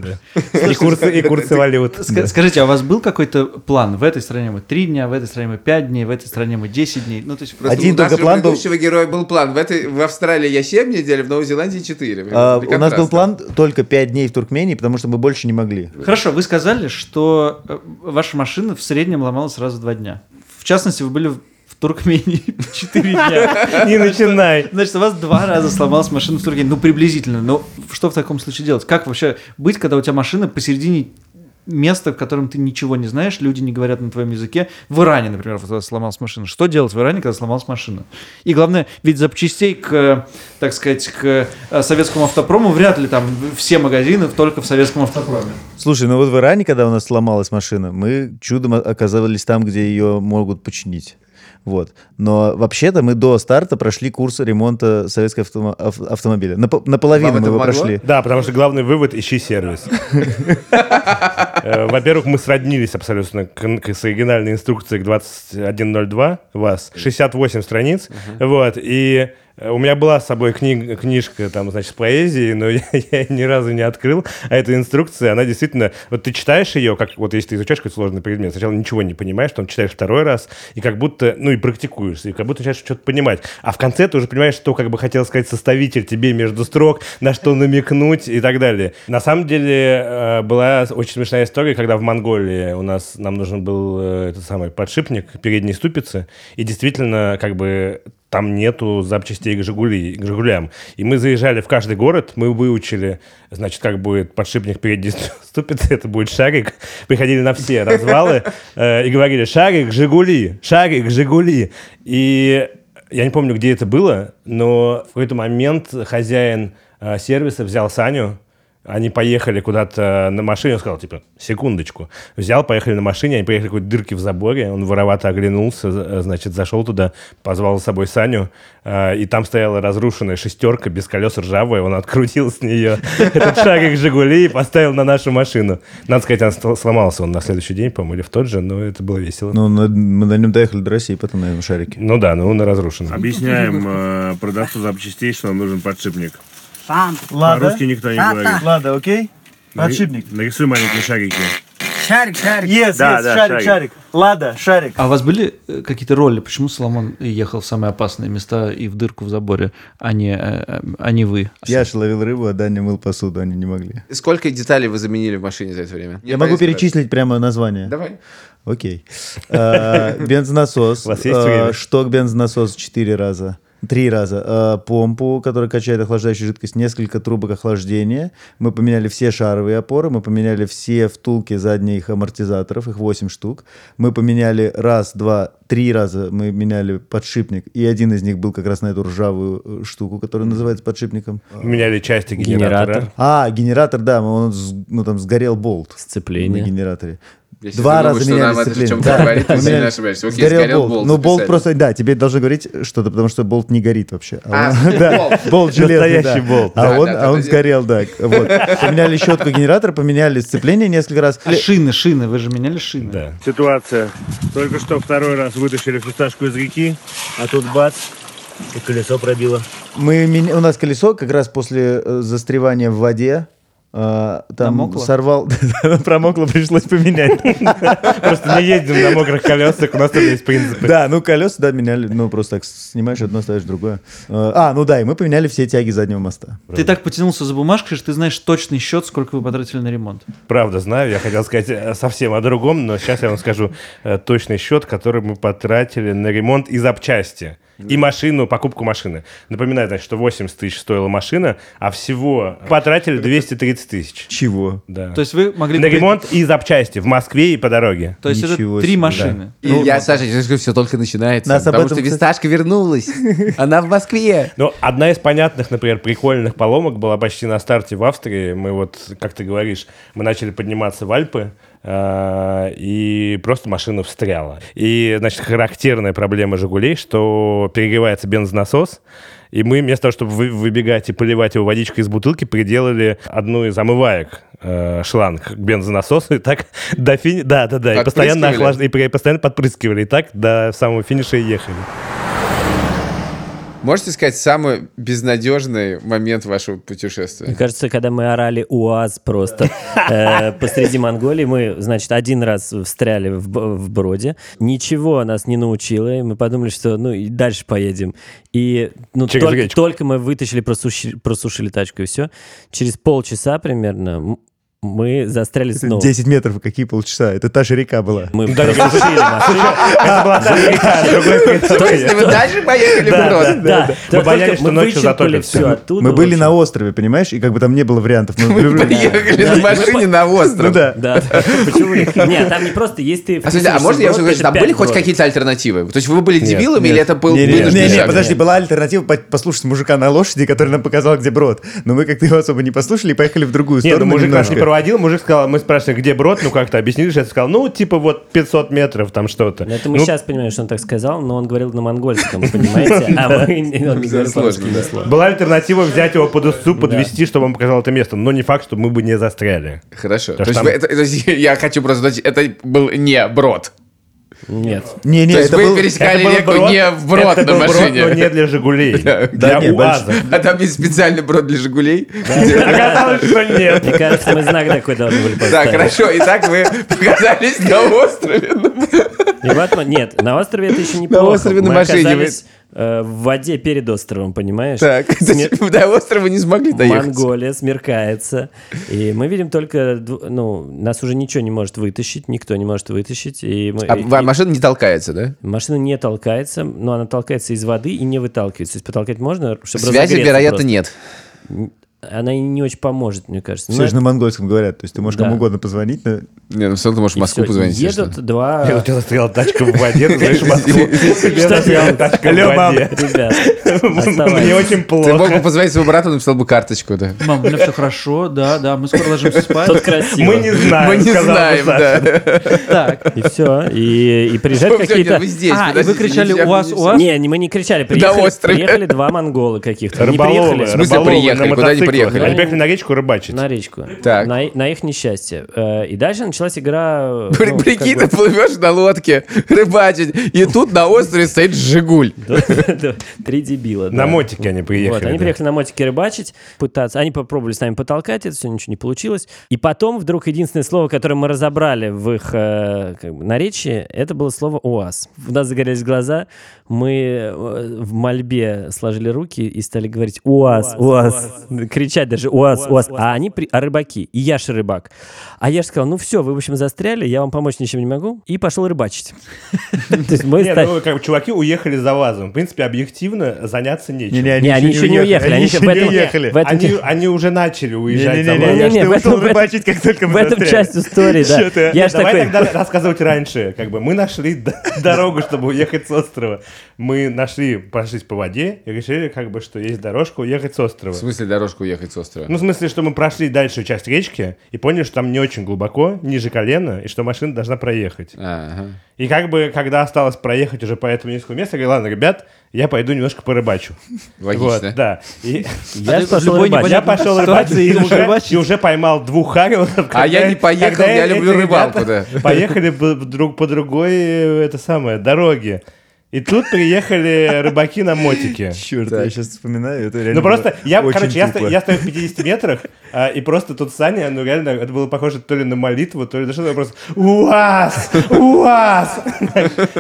Speaker 5: И курсы, и курсы валют.
Speaker 3: Ска- Скажите, а у вас был какой-то план? В этой стране мы три дня, в этой стране мы пять дней, в этой стране мы 10 дней. Ну, то есть просто...
Speaker 4: Один
Speaker 2: у нашего
Speaker 4: только план был-
Speaker 2: предыдущего героя был план. В, этой, в Австралии я 7 недель, в Новой Зеландии 4.
Speaker 4: А, у нас был план только 5 дней в Туркмении, потому что мы больше не могли.
Speaker 3: Хорошо, вы сказали, что э, ваша машина в среднем ломалась сразу два дня. В частности, вы были в в Туркмении 4 дня.
Speaker 5: Не начинай.
Speaker 3: Значит, у вас два раза сломалась машина в Туркмении. Ну, приблизительно. Но что в таком случае делать? Как вообще быть, когда у тебя машина посередине места, в котором ты ничего не знаешь, люди не говорят на твоем языке. В Иране, например, когда сломалась машина. Что делать в Иране, когда сломалась машина? И главное, ведь запчастей к, э, так сказать, к э, советскому автопрому вряд ли там все магазины только в советском автопроме.
Speaker 4: Слушай, ну вот в Иране, когда у нас сломалась машина, мы чудом о- оказались там, где ее могут починить. Вот. Но вообще-то мы до старта прошли курс ремонта советского автомо- ав- автомобиля. Напо- наполовину
Speaker 2: Вам
Speaker 4: мы
Speaker 2: это
Speaker 4: его
Speaker 2: помогло?
Speaker 4: прошли.
Speaker 5: Да, потому что главный вывод – ищи сервис. Э, Во-первых, мы сроднились абсолютно к, к- с оригинальной инструкцией к 2102 вас. 68 страниц. Вот. И э, у меня была с собой кни- книжка, там, значит, с поэзией, но я, я её ни разу не открыл. А эта инструкция, она действительно... Вот ты читаешь ее, как вот если ты изучаешь какой-то сложный предмет, сначала ничего не понимаешь, потом читаешь второй раз, и как будто... Ну, и практикуешься, и как будто начинаешь что-то понимать. А в конце ты уже понимаешь, что, как бы хотел сказать, составитель тебе между строк, на что намекнуть и так далее. На самом деле э, была очень смешная история, когда в Монголии у нас нам нужен был э, этот самый подшипник передней ступицы, и действительно, как бы там нету запчастей к, «Жигули», к «Жигулям». И мы заезжали в каждый город, мы выучили, значит, как будет подшипник передней ступицы, это будет шарик. Приходили на все развалы э, и говорили «Шарик, Жигули! Шарик, Жигули!» И я не помню, где это было, но в какой-то момент хозяин э, сервиса взял Саню, они поехали куда-то на машине, он сказал, типа, секундочку. Взял, поехали на машине, они поехали какой-то дырки в заборе, он воровато оглянулся, э, значит, зашел туда, позвал с собой Саню, э, и там стояла разрушенная шестерка, без колес ржавая, он открутил с нее этот шарик «Жигули» и поставил на нашу машину. Надо сказать, он сл- сломался он на следующий день, по-моему, или в тот же, но это было весело.
Speaker 4: Ну, на- мы на нем доехали до России, потом на этом шарике.
Speaker 5: Ну да, ну на разрушенном.
Speaker 8: Объясняем э, продавцу запчастей, что нам нужен подшипник.
Speaker 3: Лада.
Speaker 8: По-русски никто не говорит. Ну
Speaker 3: Лада, окей?
Speaker 8: Нари-
Speaker 3: Подшипник.
Speaker 8: Нарисуй маленькие шарики.
Speaker 12: Шарик, шарик.
Speaker 3: Yes,
Speaker 8: Да,
Speaker 3: yes,
Speaker 8: да,
Speaker 3: шарик,
Speaker 8: шарик.
Speaker 3: шарик. Лада, шарик. А у вас были э, какие-то роли? Почему Соломон ехал в самые опасные места и в дырку в заборе, а не, э, э, а не вы?
Speaker 4: Я же ловил рыбу, а Даня мыл посуду, они не могли.
Speaker 2: Сколько деталей вы заменили в машине за это время?
Speaker 4: Я могу перечислить прямо название.
Speaker 2: Давай.
Speaker 4: Окей. Э, Бензонасос.
Speaker 5: У вас есть
Speaker 4: Э,
Speaker 5: время?
Speaker 4: Шток бензонасос четыре раза. Три раза. Э, Помпу, которая качает охлаждающую жидкость, несколько трубок охлаждения. Мы поменяли все шаровые опоры, мы поменяли все втулки задних амортизаторов, их 8 штук. Мы поменяли раз, два, три раза мы меняли подшипник, и один из них был как раз на эту ржавую э, штуку, которая называется подшипником.
Speaker 5: Меняли части
Speaker 6: Генератор.
Speaker 5: генератора.
Speaker 4: А, генератор, да, он, с- ну, там сгорел болт на
Speaker 6: Сцепление.
Speaker 4: генераторе.
Speaker 2: Я сейчас
Speaker 4: Два
Speaker 2: думаю,
Speaker 4: раза
Speaker 2: что
Speaker 4: меняли
Speaker 2: нам это в
Speaker 4: сцепление.
Speaker 2: чём-то говорит, ты
Speaker 4: мы
Speaker 2: сильно
Speaker 4: меняли-
Speaker 2: ошибаешься. Окей, сгорел болт,
Speaker 4: Ну, болт
Speaker 2: записали.
Speaker 4: просто, да, тебе должны говорить что-то, потому что болт не горит вообще.
Speaker 2: А,
Speaker 4: он- да,
Speaker 2: болт.
Speaker 4: болт железный,
Speaker 5: Настоящий
Speaker 4: да.
Speaker 5: болт.
Speaker 4: А
Speaker 2: Да,
Speaker 4: он,
Speaker 2: да,
Speaker 4: а он
Speaker 2: подожди.
Speaker 4: сгорел, да. Вот. Поменяли щетку генератора, поменяли сцепление несколько раз.
Speaker 3: А шины, шины, вы же меняли шины.
Speaker 5: Да.
Speaker 8: Ситуация. Только что второй раз вытащили фисташку из реки, а тут бац, и колесо пробило.
Speaker 4: Мы, меня- у нас колесо как раз после э, застревания в воде э, там
Speaker 3: Намокло?
Speaker 4: сорвал, промокло, пришлось поменять.
Speaker 5: Просто не ездим на мокрых колесах, у нас тоже есть принципы.
Speaker 4: Да, ну колеса, да, меняли. Ну, просто так снимаешь одно, ставишь другое. Э, А, ну да, и мы поменяли все тяги заднего моста.
Speaker 3: Ты так потянулся за бумажкой, что ты знаешь точный счет, сколько вы потратили на ремонт.
Speaker 5: Правда, знаю, я хотел сказать э, совсем о другом, но сейчас я вам скажу э, точный счет, который мы потратили на ремонт и запчасти. И машину, покупку машины. Напоминаю, значит, что 80 тысяч стоила машина, а всего потратили 230 тысяч.
Speaker 4: Чего?
Speaker 5: Да.
Speaker 3: То есть вы могли...
Speaker 5: на
Speaker 3: купить-
Speaker 5: ремонт и запчасти в Москве и по дороге.
Speaker 3: То есть это
Speaker 4: Ничего
Speaker 3: три
Speaker 4: себе.
Speaker 3: машины.
Speaker 2: И я, Саша, я скажу, все только начинается.
Speaker 4: Ну, Нас об
Speaker 2: потому
Speaker 4: этом,
Speaker 2: что
Speaker 4: кстати-
Speaker 2: Висташка вернулась. Она в Москве.
Speaker 5: Ну, одна из понятных, например, прикольных поломок была почти на старте в Австрии. Мы вот, как ты говоришь, мы начали подниматься в Альпы, э, и просто машина встряла. И, значит, характерная проблема «Жигулей», что перегревается бензонасос, и мы вместо того, чтобы вы- выбегать и поливать его водичкой из бутылки, приделали одну из омываек э, шланг к бензонасосу, и так до фини... Да, да, да, и постоянно,
Speaker 2: Подпрыскивали?
Speaker 5: охлажд... и при- постоянно подпрыскивали, и так до самого финиша и ехали.
Speaker 2: Можете сказать самый безнадежный момент вашего
Speaker 6: Мне
Speaker 2: путешествия?
Speaker 6: кажется, когда мы орали УАЗ просто э, посреди Монголии, мы, значит, один раз встряли в, б- в Броде, ничего нас не научило, и мы подумали, что ну и дальше поедем. И ну,
Speaker 5: Через
Speaker 6: только,
Speaker 5: речку.
Speaker 6: только мы вытащили, просуши- просушили тачку и все. Через полчаса примерно м- мы застряли снова.
Speaker 4: 10 метров, какие полчаса? Это та же река была. А,
Speaker 6: Мы просушили машину.
Speaker 5: Это была та река, другой предыстория.
Speaker 2: Если вы дальше поехали в Урод,
Speaker 6: Да,
Speaker 5: Мы
Speaker 6: только
Speaker 5: боялись, что
Speaker 6: мы
Speaker 5: ночью
Speaker 6: вычерпали
Speaker 5: затопит
Speaker 6: всё
Speaker 5: всё.
Speaker 6: оттуда
Speaker 4: Мы были
Speaker 6: вообще.
Speaker 4: на острове, понимаешь? И как бы там не было вариантов. Мы
Speaker 2: поехали на машине на
Speaker 4: Ну
Speaker 2: остров.
Speaker 4: да.
Speaker 6: Да. Почему? Нет, там не просто есть ты...
Speaker 2: А, слушайте, а можно я
Speaker 6: вписываешься в
Speaker 2: уже
Speaker 6: брод,
Speaker 2: говорю, там
Speaker 6: это
Speaker 2: были
Speaker 6: пять
Speaker 2: хоть
Speaker 6: брод.
Speaker 2: какие-то альтернативы? То есть вы были дебилами или это был вынужденный
Speaker 4: Не-не,
Speaker 2: шаг?
Speaker 4: подожди, была альтернатива по- послушать мужика на лошади, который нам показал, где брод. Но мы как-то его особо не послушали и поехали в другую
Speaker 5: Не, ну
Speaker 4: сторону
Speaker 5: мужик наш не
Speaker 4: немножко.
Speaker 5: проводил, мужик сказал, мы спрашивали, где брод, ну как-то объяснили, что я сказал, ну типа вот 500 метров там что-то.
Speaker 6: Это мы
Speaker 5: Ну,
Speaker 6: сейчас понимаем, что он так сказал, но он говорил на монгольском, понимаете? А мы не- он не говорил
Speaker 2: Сложно,
Speaker 6: по-русски ни
Speaker 2: да.
Speaker 6: слова.
Speaker 5: Была альтернатива взять его под узцу, подвести, чтобы он показал это место, но не факт, что мы бы не застряли.
Speaker 2: Хорошо. То
Speaker 5: Потому
Speaker 2: есть
Speaker 5: что
Speaker 2: вы-
Speaker 5: там-
Speaker 2: это- то есть я хочу просто знать, это был не брод.
Speaker 6: Нет.
Speaker 4: Не-не,
Speaker 2: То есть
Speaker 4: это
Speaker 2: вы
Speaker 4: был...
Speaker 2: пересекали реку не в брод
Speaker 5: это
Speaker 2: на
Speaker 5: был брод,
Speaker 2: машине.
Speaker 5: но не для «Жигулей»,
Speaker 2: Да.
Speaker 5: для
Speaker 4: нет,
Speaker 5: «УАЗа».
Speaker 2: А там есть специальный брод для «Жигулей».
Speaker 5: Оказалось, что нет.
Speaker 6: Мне кажется, мы знак такой должны были
Speaker 2: Да,
Speaker 6: поставить.
Speaker 2: хорошо. И так вы показались на острове. Ну,
Speaker 6: И вот мы- нет, на острове это еще неплохо.
Speaker 2: На острове на
Speaker 6: Мы
Speaker 2: машине вы-
Speaker 6: оказались, э, в воде перед островом, понимаешь?
Speaker 2: Так, то
Speaker 6: Смер-
Speaker 2: есть вы до острова не смогли доехать.
Speaker 6: Монголия смеркается, и мы видим только, дв- ну, нас уже ничего не может вытащить, никто не может вытащить, и, мы-
Speaker 2: А
Speaker 6: и-
Speaker 2: ва- машина не толкается, да?
Speaker 6: машина не толкается, но она толкается из воды и не выталкивается. То есть потолкать можно, чтобы
Speaker 2: Связи,
Speaker 6: разогреться
Speaker 2: вероятно,
Speaker 6: просто.
Speaker 2: нет.
Speaker 6: Она и не очень поможет, мне кажется. Ну,
Speaker 4: Все
Speaker 6: Но
Speaker 4: же на монгольском говорят, то есть ты можешь
Speaker 6: Да.
Speaker 4: кому угодно позвонить. но-
Speaker 2: Не, ну все равно ты можешь в
Speaker 6: и
Speaker 2: Москву
Speaker 6: всё.
Speaker 2: позвонить. если
Speaker 6: Едут
Speaker 2: что.
Speaker 6: два...
Speaker 5: Я у тебя застряла тачка в воде, ты знаешь, в Москву. Тебе
Speaker 6: Что
Speaker 5: застряла
Speaker 6: делать?
Speaker 5: тачка в
Speaker 6: Лёва,
Speaker 5: воде.
Speaker 6: ребят,
Speaker 5: Мне
Speaker 6: оставайтесь.
Speaker 5: очень
Speaker 2: Ты мог бы
Speaker 5: плохо.
Speaker 2: позвонить своему брату, он написал бы карточку, да.
Speaker 3: Мам, у меня все хорошо, да, да, мы скоро ложимся спать.
Speaker 6: Тут красиво.
Speaker 5: Мы не знаем,
Speaker 2: Мы не
Speaker 5: сказал бы
Speaker 2: знаем,
Speaker 5: Саша.
Speaker 2: да.
Speaker 3: Так.
Speaker 6: И все. И, и приезжают
Speaker 2: Всё, нет,
Speaker 6: какие-то...
Speaker 2: Вы здесь,
Speaker 3: А, и
Speaker 2: подождите,
Speaker 3: вы кричали
Speaker 2: нельзя,
Speaker 3: «у вас,
Speaker 2: нельзя.
Speaker 3: у вас».
Speaker 6: Не, не, мы не кричали. Приехали,
Speaker 2: острове.
Speaker 6: приехали два монгола каких-то. Не
Speaker 5: Рыболовы,
Speaker 6: приехали.
Speaker 2: В смысле
Speaker 5: рыболовы
Speaker 2: приехали?
Speaker 5: на
Speaker 2: Куда они
Speaker 5: мотоциклах.
Speaker 2: приехали?
Speaker 5: Они приехали на речку рыбачить.
Speaker 6: На речку.
Speaker 2: Так.
Speaker 6: На, на их несчастье. Э, И дальше началась игра... э,
Speaker 2: При-
Speaker 6: ну,
Speaker 2: Прикинь, ты
Speaker 6: как бы-
Speaker 2: плывешь на лодке, рыбачить, и тут на острове стоит «Жигуль».
Speaker 6: Три дебила.
Speaker 5: На
Speaker 6: да.
Speaker 5: мотике они приехали.
Speaker 6: Вот, они
Speaker 5: да.
Speaker 6: приехали на мотике рыбачить, пытаться. Они попробовали с нами потолкать, это все ничего не получилось. И потом вдруг единственное слово, которое мы разобрали в их э, как бы, наречии, это было слово «УАЗ». У нас загорелись глаза, мы э, в мольбе сложили руки и стали говорить «УАЗ, УАЗ», кричать даже «УАЗ, УАЗ». А они при- а рыбаки, и я же рыбак. А я же сказал, ну все, вы, в общем, застряли, я вам помочь ничем не могу, и пошел рыбачить. То есть мы
Speaker 5: Нет,
Speaker 6: ста-
Speaker 5: ну, как бы чуваки уехали за вазом. В принципе, объективно заняться нечем.
Speaker 4: Не-не,
Speaker 6: Не, они еще не уехали.
Speaker 5: Они
Speaker 6: Они еще
Speaker 5: еще
Speaker 6: в этом-
Speaker 5: не уехали.
Speaker 6: в этом-
Speaker 5: Они, они уже начали уезжать за
Speaker 4: Не-не-не,
Speaker 5: вазом.
Speaker 4: я
Speaker 6: Не-не-не,
Speaker 4: ж
Speaker 6: в
Speaker 4: ты
Speaker 6: этом-
Speaker 4: ушел
Speaker 6: в этом-
Speaker 4: рыбачить, как только мы
Speaker 6: В этом
Speaker 4: застряли.
Speaker 6: часть истории,
Speaker 4: Чё
Speaker 6: да.
Speaker 4: ты?
Speaker 6: Я
Speaker 5: Не,
Speaker 6: ж
Speaker 5: давай
Speaker 6: такой...
Speaker 5: тогда рассказывать раньше. Как бы мы нашли д- дорогу, чтобы уехать с острова. Мы нашли, прошлись по воде и решили, как бы, что есть дорожка уехать с острова.
Speaker 2: В смысле дорожку уехать с острова?
Speaker 5: Ну, в смысле, что мы прошли дальше часть речки и поняли, что там не очень глубоко, ниже колена, и что машина должна проехать.
Speaker 2: А, ага.
Speaker 5: И как бы, когда осталось проехать уже по этому низкому месту, я говорю, ладно, ребят, я пойду немножко порыбачу.
Speaker 2: Логично. А
Speaker 5: Вот, да. И
Speaker 6: Я ж
Speaker 3: ты
Speaker 6: пошел
Speaker 3: любой
Speaker 6: рыбачить.
Speaker 5: я пошел рыбачить и,
Speaker 3: Идешь
Speaker 5: уже,
Speaker 3: рыбачить?
Speaker 5: и уже поймал двух хариусов.
Speaker 2: А я не поехал,
Speaker 5: когда
Speaker 2: я
Speaker 5: эти
Speaker 2: люблю
Speaker 5: ребята
Speaker 2: рыбалку, да.
Speaker 5: Поехали по, друг, по другой, э, это самое, дороге. И тут приехали рыбаки на мотике.
Speaker 4: Черт, я сейчас вспоминаю, это реально
Speaker 5: Ну просто,
Speaker 4: было
Speaker 5: я,
Speaker 4: очень
Speaker 5: короче, я,
Speaker 4: тупо.
Speaker 5: сто- я стою в 50 метрах, а, и просто тут Саня, ну реально, это было похоже то ли на молитву, то ли на что-то, я просто «УАЗ! УАЗ!»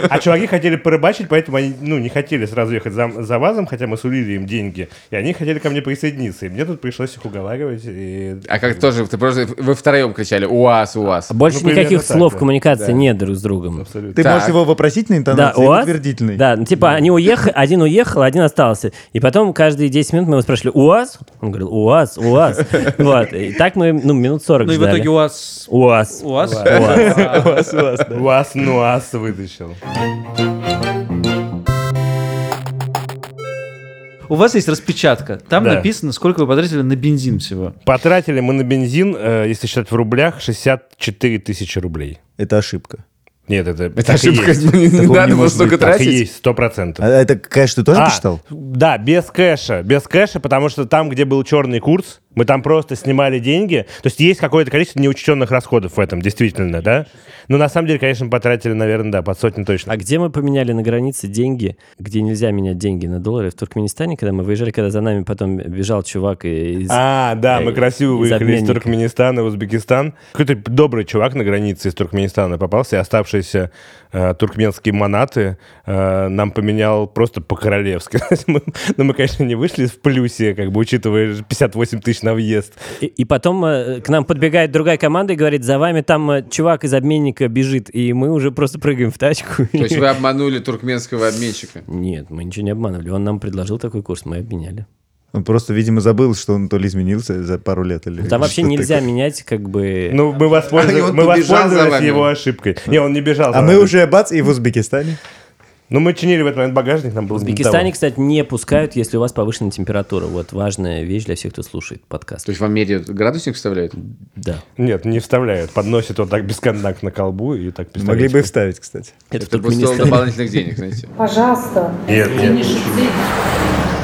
Speaker 5: А чуваки хотели порыбачить, поэтому они, ну, не хотели сразу ехать за, за ВАЗом, хотя мы сулили им деньги, и они хотели ко мне присоединиться, и мне тут пришлось их уговаривать, и...
Speaker 2: А как тоже, ты просто, вы втроем кричали «УАЗ, УАЗ».
Speaker 6: Больше
Speaker 5: Ну, примерно
Speaker 6: никаких
Speaker 5: так,
Speaker 6: слов
Speaker 5: да.
Speaker 6: коммуникации нет друг с другом.
Speaker 5: Абсолютно.
Speaker 4: Ты
Speaker 2: Так.
Speaker 4: можешь его вопросительной
Speaker 6: Да,
Speaker 4: интонацией
Speaker 6: у
Speaker 4: или
Speaker 6: вас?
Speaker 4: утвердительной.
Speaker 6: Да, ну, типа они уехали, один уехал, один остался. И потом каждые 10 минут мы его спрашивали, у вас? Он говорил, у вас, у вас. Вот, и так мы, ну, минут 40
Speaker 3: Ну и в итоге у
Speaker 6: ждали.
Speaker 3: вас...
Speaker 6: У вас.
Speaker 3: У вас?
Speaker 5: УАЗ, НУАЗ ну, вытащил.
Speaker 3: У вас есть распечатка. Там
Speaker 5: Да.
Speaker 3: написано, сколько вы потратили на бензин всего.
Speaker 5: Потратили мы на бензин, э, если считать в рублях, 64 тысячи рублей.
Speaker 4: Это ошибка.
Speaker 5: Нет, это...
Speaker 2: Это ошибка, не, не
Speaker 5: Такого
Speaker 2: надо было
Speaker 5: может
Speaker 2: столько
Speaker 5: быть. Так и
Speaker 2: тратить.
Speaker 5: есть, сто процентов.
Speaker 4: А это конечно, ты тоже
Speaker 5: А,
Speaker 4: посчитал?
Speaker 5: Да, без кэша. Без кэша, потому что там, где был черный курс, мы там просто снимали деньги. То есть есть какое-то количество неучтенных расходов в этом, действительно, да? Но на самом деле, конечно, потратили, наверное, да, под сотню точно.
Speaker 6: А где мы поменяли на границе деньги, где нельзя менять деньги на доллары? В Туркменистане, когда мы выезжали, когда за нами потом бежал чувак из...
Speaker 5: А, да, мы
Speaker 6: э,
Speaker 5: красиво
Speaker 6: из
Speaker 5: выехали из
Speaker 6: обменника.
Speaker 5: Туркменистана в Узбекистан. Какой-то добрый чувак на границе из Туркменистана попался, и оставшиеся э, туркменские манаты э, нам поменял просто по-королевски. Мы- Но мы, конечно, не вышли в плюсе, как бы учитывая 58 тысяч на въезд.
Speaker 6: И, и потом э, к нам подбегает другая команда и говорит, за вами там э, чувак из обменника бежит, и мы уже просто прыгаем в тачку.
Speaker 2: То есть вы обманули туркменского обменщика.
Speaker 6: Нет, мы ничего не обманывали. Он нам предложил такой курс, мы обменяли.
Speaker 4: Он просто, видимо, забыл, что он то ли изменился за пару лет. Или
Speaker 6: Ну, Там вообще
Speaker 4: что-то
Speaker 6: нельзя
Speaker 4: такое.
Speaker 6: менять, как бы...
Speaker 5: Ну,
Speaker 2: А,
Speaker 5: мы
Speaker 2: и
Speaker 5: воспользовались,
Speaker 2: он
Speaker 5: мы
Speaker 2: побежал за
Speaker 5: воспользовались
Speaker 2: вами.
Speaker 5: его ошибкой. Не, он не бежал.
Speaker 4: А
Speaker 5: за
Speaker 4: мы
Speaker 5: нами.
Speaker 4: уже бац и в Узбекистане.
Speaker 5: Ну, мы чинили в этот момент багажник, нам было
Speaker 6: В
Speaker 5: не до
Speaker 6: Узбекистане,
Speaker 5: того.
Speaker 6: кстати, не пускают, если у вас повышенная температура. Вот важная вещь для всех, кто слушает подкаст.
Speaker 2: То есть в Амере градусник вставляют?
Speaker 6: Да.
Speaker 5: Нет, не вставляют. Подносит вот так бесконтакт на колбу и так
Speaker 4: Могли бы и вставить, кстати.
Speaker 6: Это, в
Speaker 2: Это просто
Speaker 6: Туркменистане.
Speaker 2: дополнительных денег, знаете.
Speaker 11: Пожалуйста.
Speaker 5: Нет,
Speaker 11: ты
Speaker 5: нет.
Speaker 11: не шути.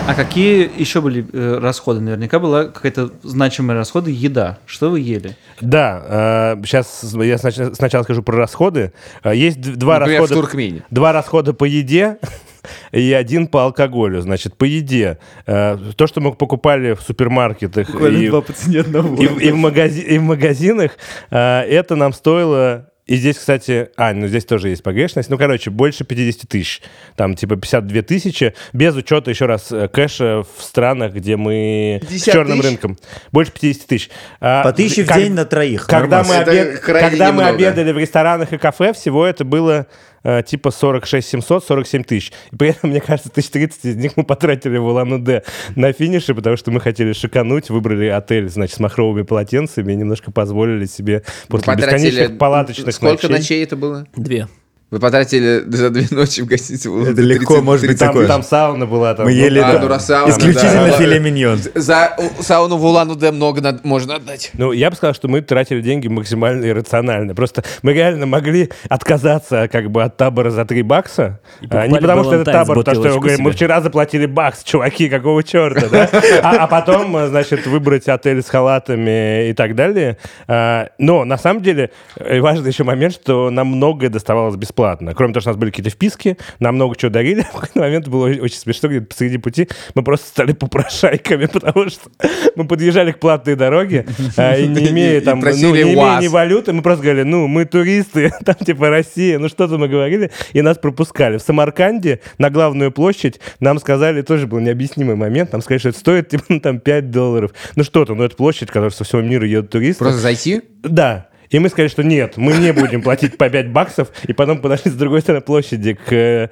Speaker 3: А какие еще были э, расходы? Наверняка была какая-то значимая расходы еда. Что вы ели?
Speaker 5: Да, сейчас я снач- сначала скажу про расходы. Э, Есть д- два
Speaker 2: Например, Ну, в
Speaker 5: расхода.
Speaker 2: Туркмении.
Speaker 5: Два расхода по еде и один по алкоголю. Значит, по еде. э, То, что мы покупали в супермаркетах
Speaker 3: Буквально
Speaker 5: и,
Speaker 3: два по цене одного.
Speaker 5: и в- и в магази- и в магазинах, э, это нам стоило... И здесь, кстати... А, ну здесь тоже есть погрешность. Ну, короче, больше 50 тысяч. Там типа 52 тысячи. Без учета, еще раз, э, кэша в странах, где мы... С
Speaker 2: 50
Speaker 5: черным
Speaker 2: тысяч?
Speaker 5: рынком. Больше 50 тысяч. А,
Speaker 4: По тысяче в
Speaker 5: как-
Speaker 4: день на троих.
Speaker 5: когда мы,
Speaker 4: Нормас.
Speaker 2: Это
Speaker 5: обед-
Speaker 2: крайне
Speaker 5: когда мы
Speaker 2: немного.
Speaker 5: обедали в ресторанах и кафе, всего это было э, типа 46 700, 47 тысяч. И при этом, мне кажется, тысяч 30 из них мы потратили в Улан-Удэ на финише, потому что мы хотели шикануть, выбрали отель, значит, с махровыми полотенцами и немножко позволили себе после бесконечных палаточных
Speaker 2: Сколько
Speaker 5: ночей.
Speaker 2: ночей это было?
Speaker 6: Две.
Speaker 2: Вы потратили за две ночи в гостинице. в
Speaker 4: Это легко,
Speaker 2: 30,
Speaker 4: может быть,
Speaker 2: 30.
Speaker 4: такое.
Speaker 5: Там, там сауна была. Там,
Speaker 4: Мы
Speaker 5: ну,
Speaker 4: ели
Speaker 2: а,
Speaker 4: да,
Speaker 2: ну, раз сауна,
Speaker 4: исключительно
Speaker 2: да.
Speaker 4: филе миньон.
Speaker 2: За у- сауну в Улан-Удэ много над- можно отдать.
Speaker 5: Ну, я бы сказал, что мы тратили деньги максимально иррационально. Просто мы реально могли отказаться как бы от табора за 3 бакса. А, не
Speaker 6: покупали
Speaker 5: потому, что это
Speaker 6: Балантайн с
Speaker 5: табор, потому что я
Speaker 6: бутылочку
Speaker 5: говорю, мы
Speaker 6: себе.
Speaker 5: вчера заплатили бакс, чуваки, какого черта, да? А а потом, э, значит, выбрать отель с халатами и так далее. А, Но на самом деле э, важный еще момент, что нам многое доставалось бесплатно. Кроме того, что у нас были какие-то вписки, нам много чего дарили. В какой-то момент было очень очень смешно, где-то посреди пути мы просто стали попрошайками, потому что мы подъезжали к платной дороге, а, и не
Speaker 2: И
Speaker 5: имея там, ну,
Speaker 2: просили
Speaker 5: не имея
Speaker 2: «УАЗ».
Speaker 5: ни валюты, мы просто говорили, ну, мы туристы, там типа Россия, ну что-то мы говорили, и нас пропускали. В Самарканде на главную площадь нам сказали, тоже был необъяснимый момент, нам сказали, что это стоит типа ну, там 5 долларов. Ну что-то, ну это площадь, которая со всего мира едут туристы.
Speaker 2: Просто зайти?
Speaker 5: Да. И мы сказали, что нет, мы не будем платить по 5 баксов. И потом подошли с другой стороны площади к э,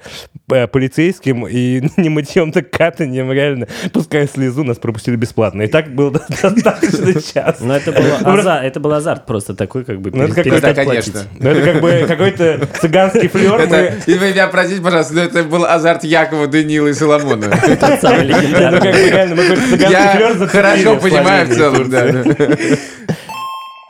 Speaker 5: э, полицейским и не мытьем, так катанием, реально. Пускай слезу, нас пропустили бесплатно. И так было до- достаточно часто.
Speaker 6: Но это, было аза- это был азарт просто такой, как бы,
Speaker 5: Ну, это
Speaker 6: пере-
Speaker 5: какой-то,
Speaker 6: перестать
Speaker 2: Да,
Speaker 6: платить.
Speaker 2: конечно.
Speaker 5: Ну, это как бы какой-то цыганский флер.
Speaker 2: Это, и вы меня простите, пожалуйста, но это был азарт Якова, Даниила и Соломона.
Speaker 6: Тот самый
Speaker 5: Ну, как
Speaker 6: легендарный.
Speaker 5: бы реально, мы говорим, цыганский флер
Speaker 2: Я
Speaker 5: зацепили
Speaker 2: хорошо
Speaker 5: в
Speaker 2: понимаю в
Speaker 5: Словении.
Speaker 2: целом, да. да.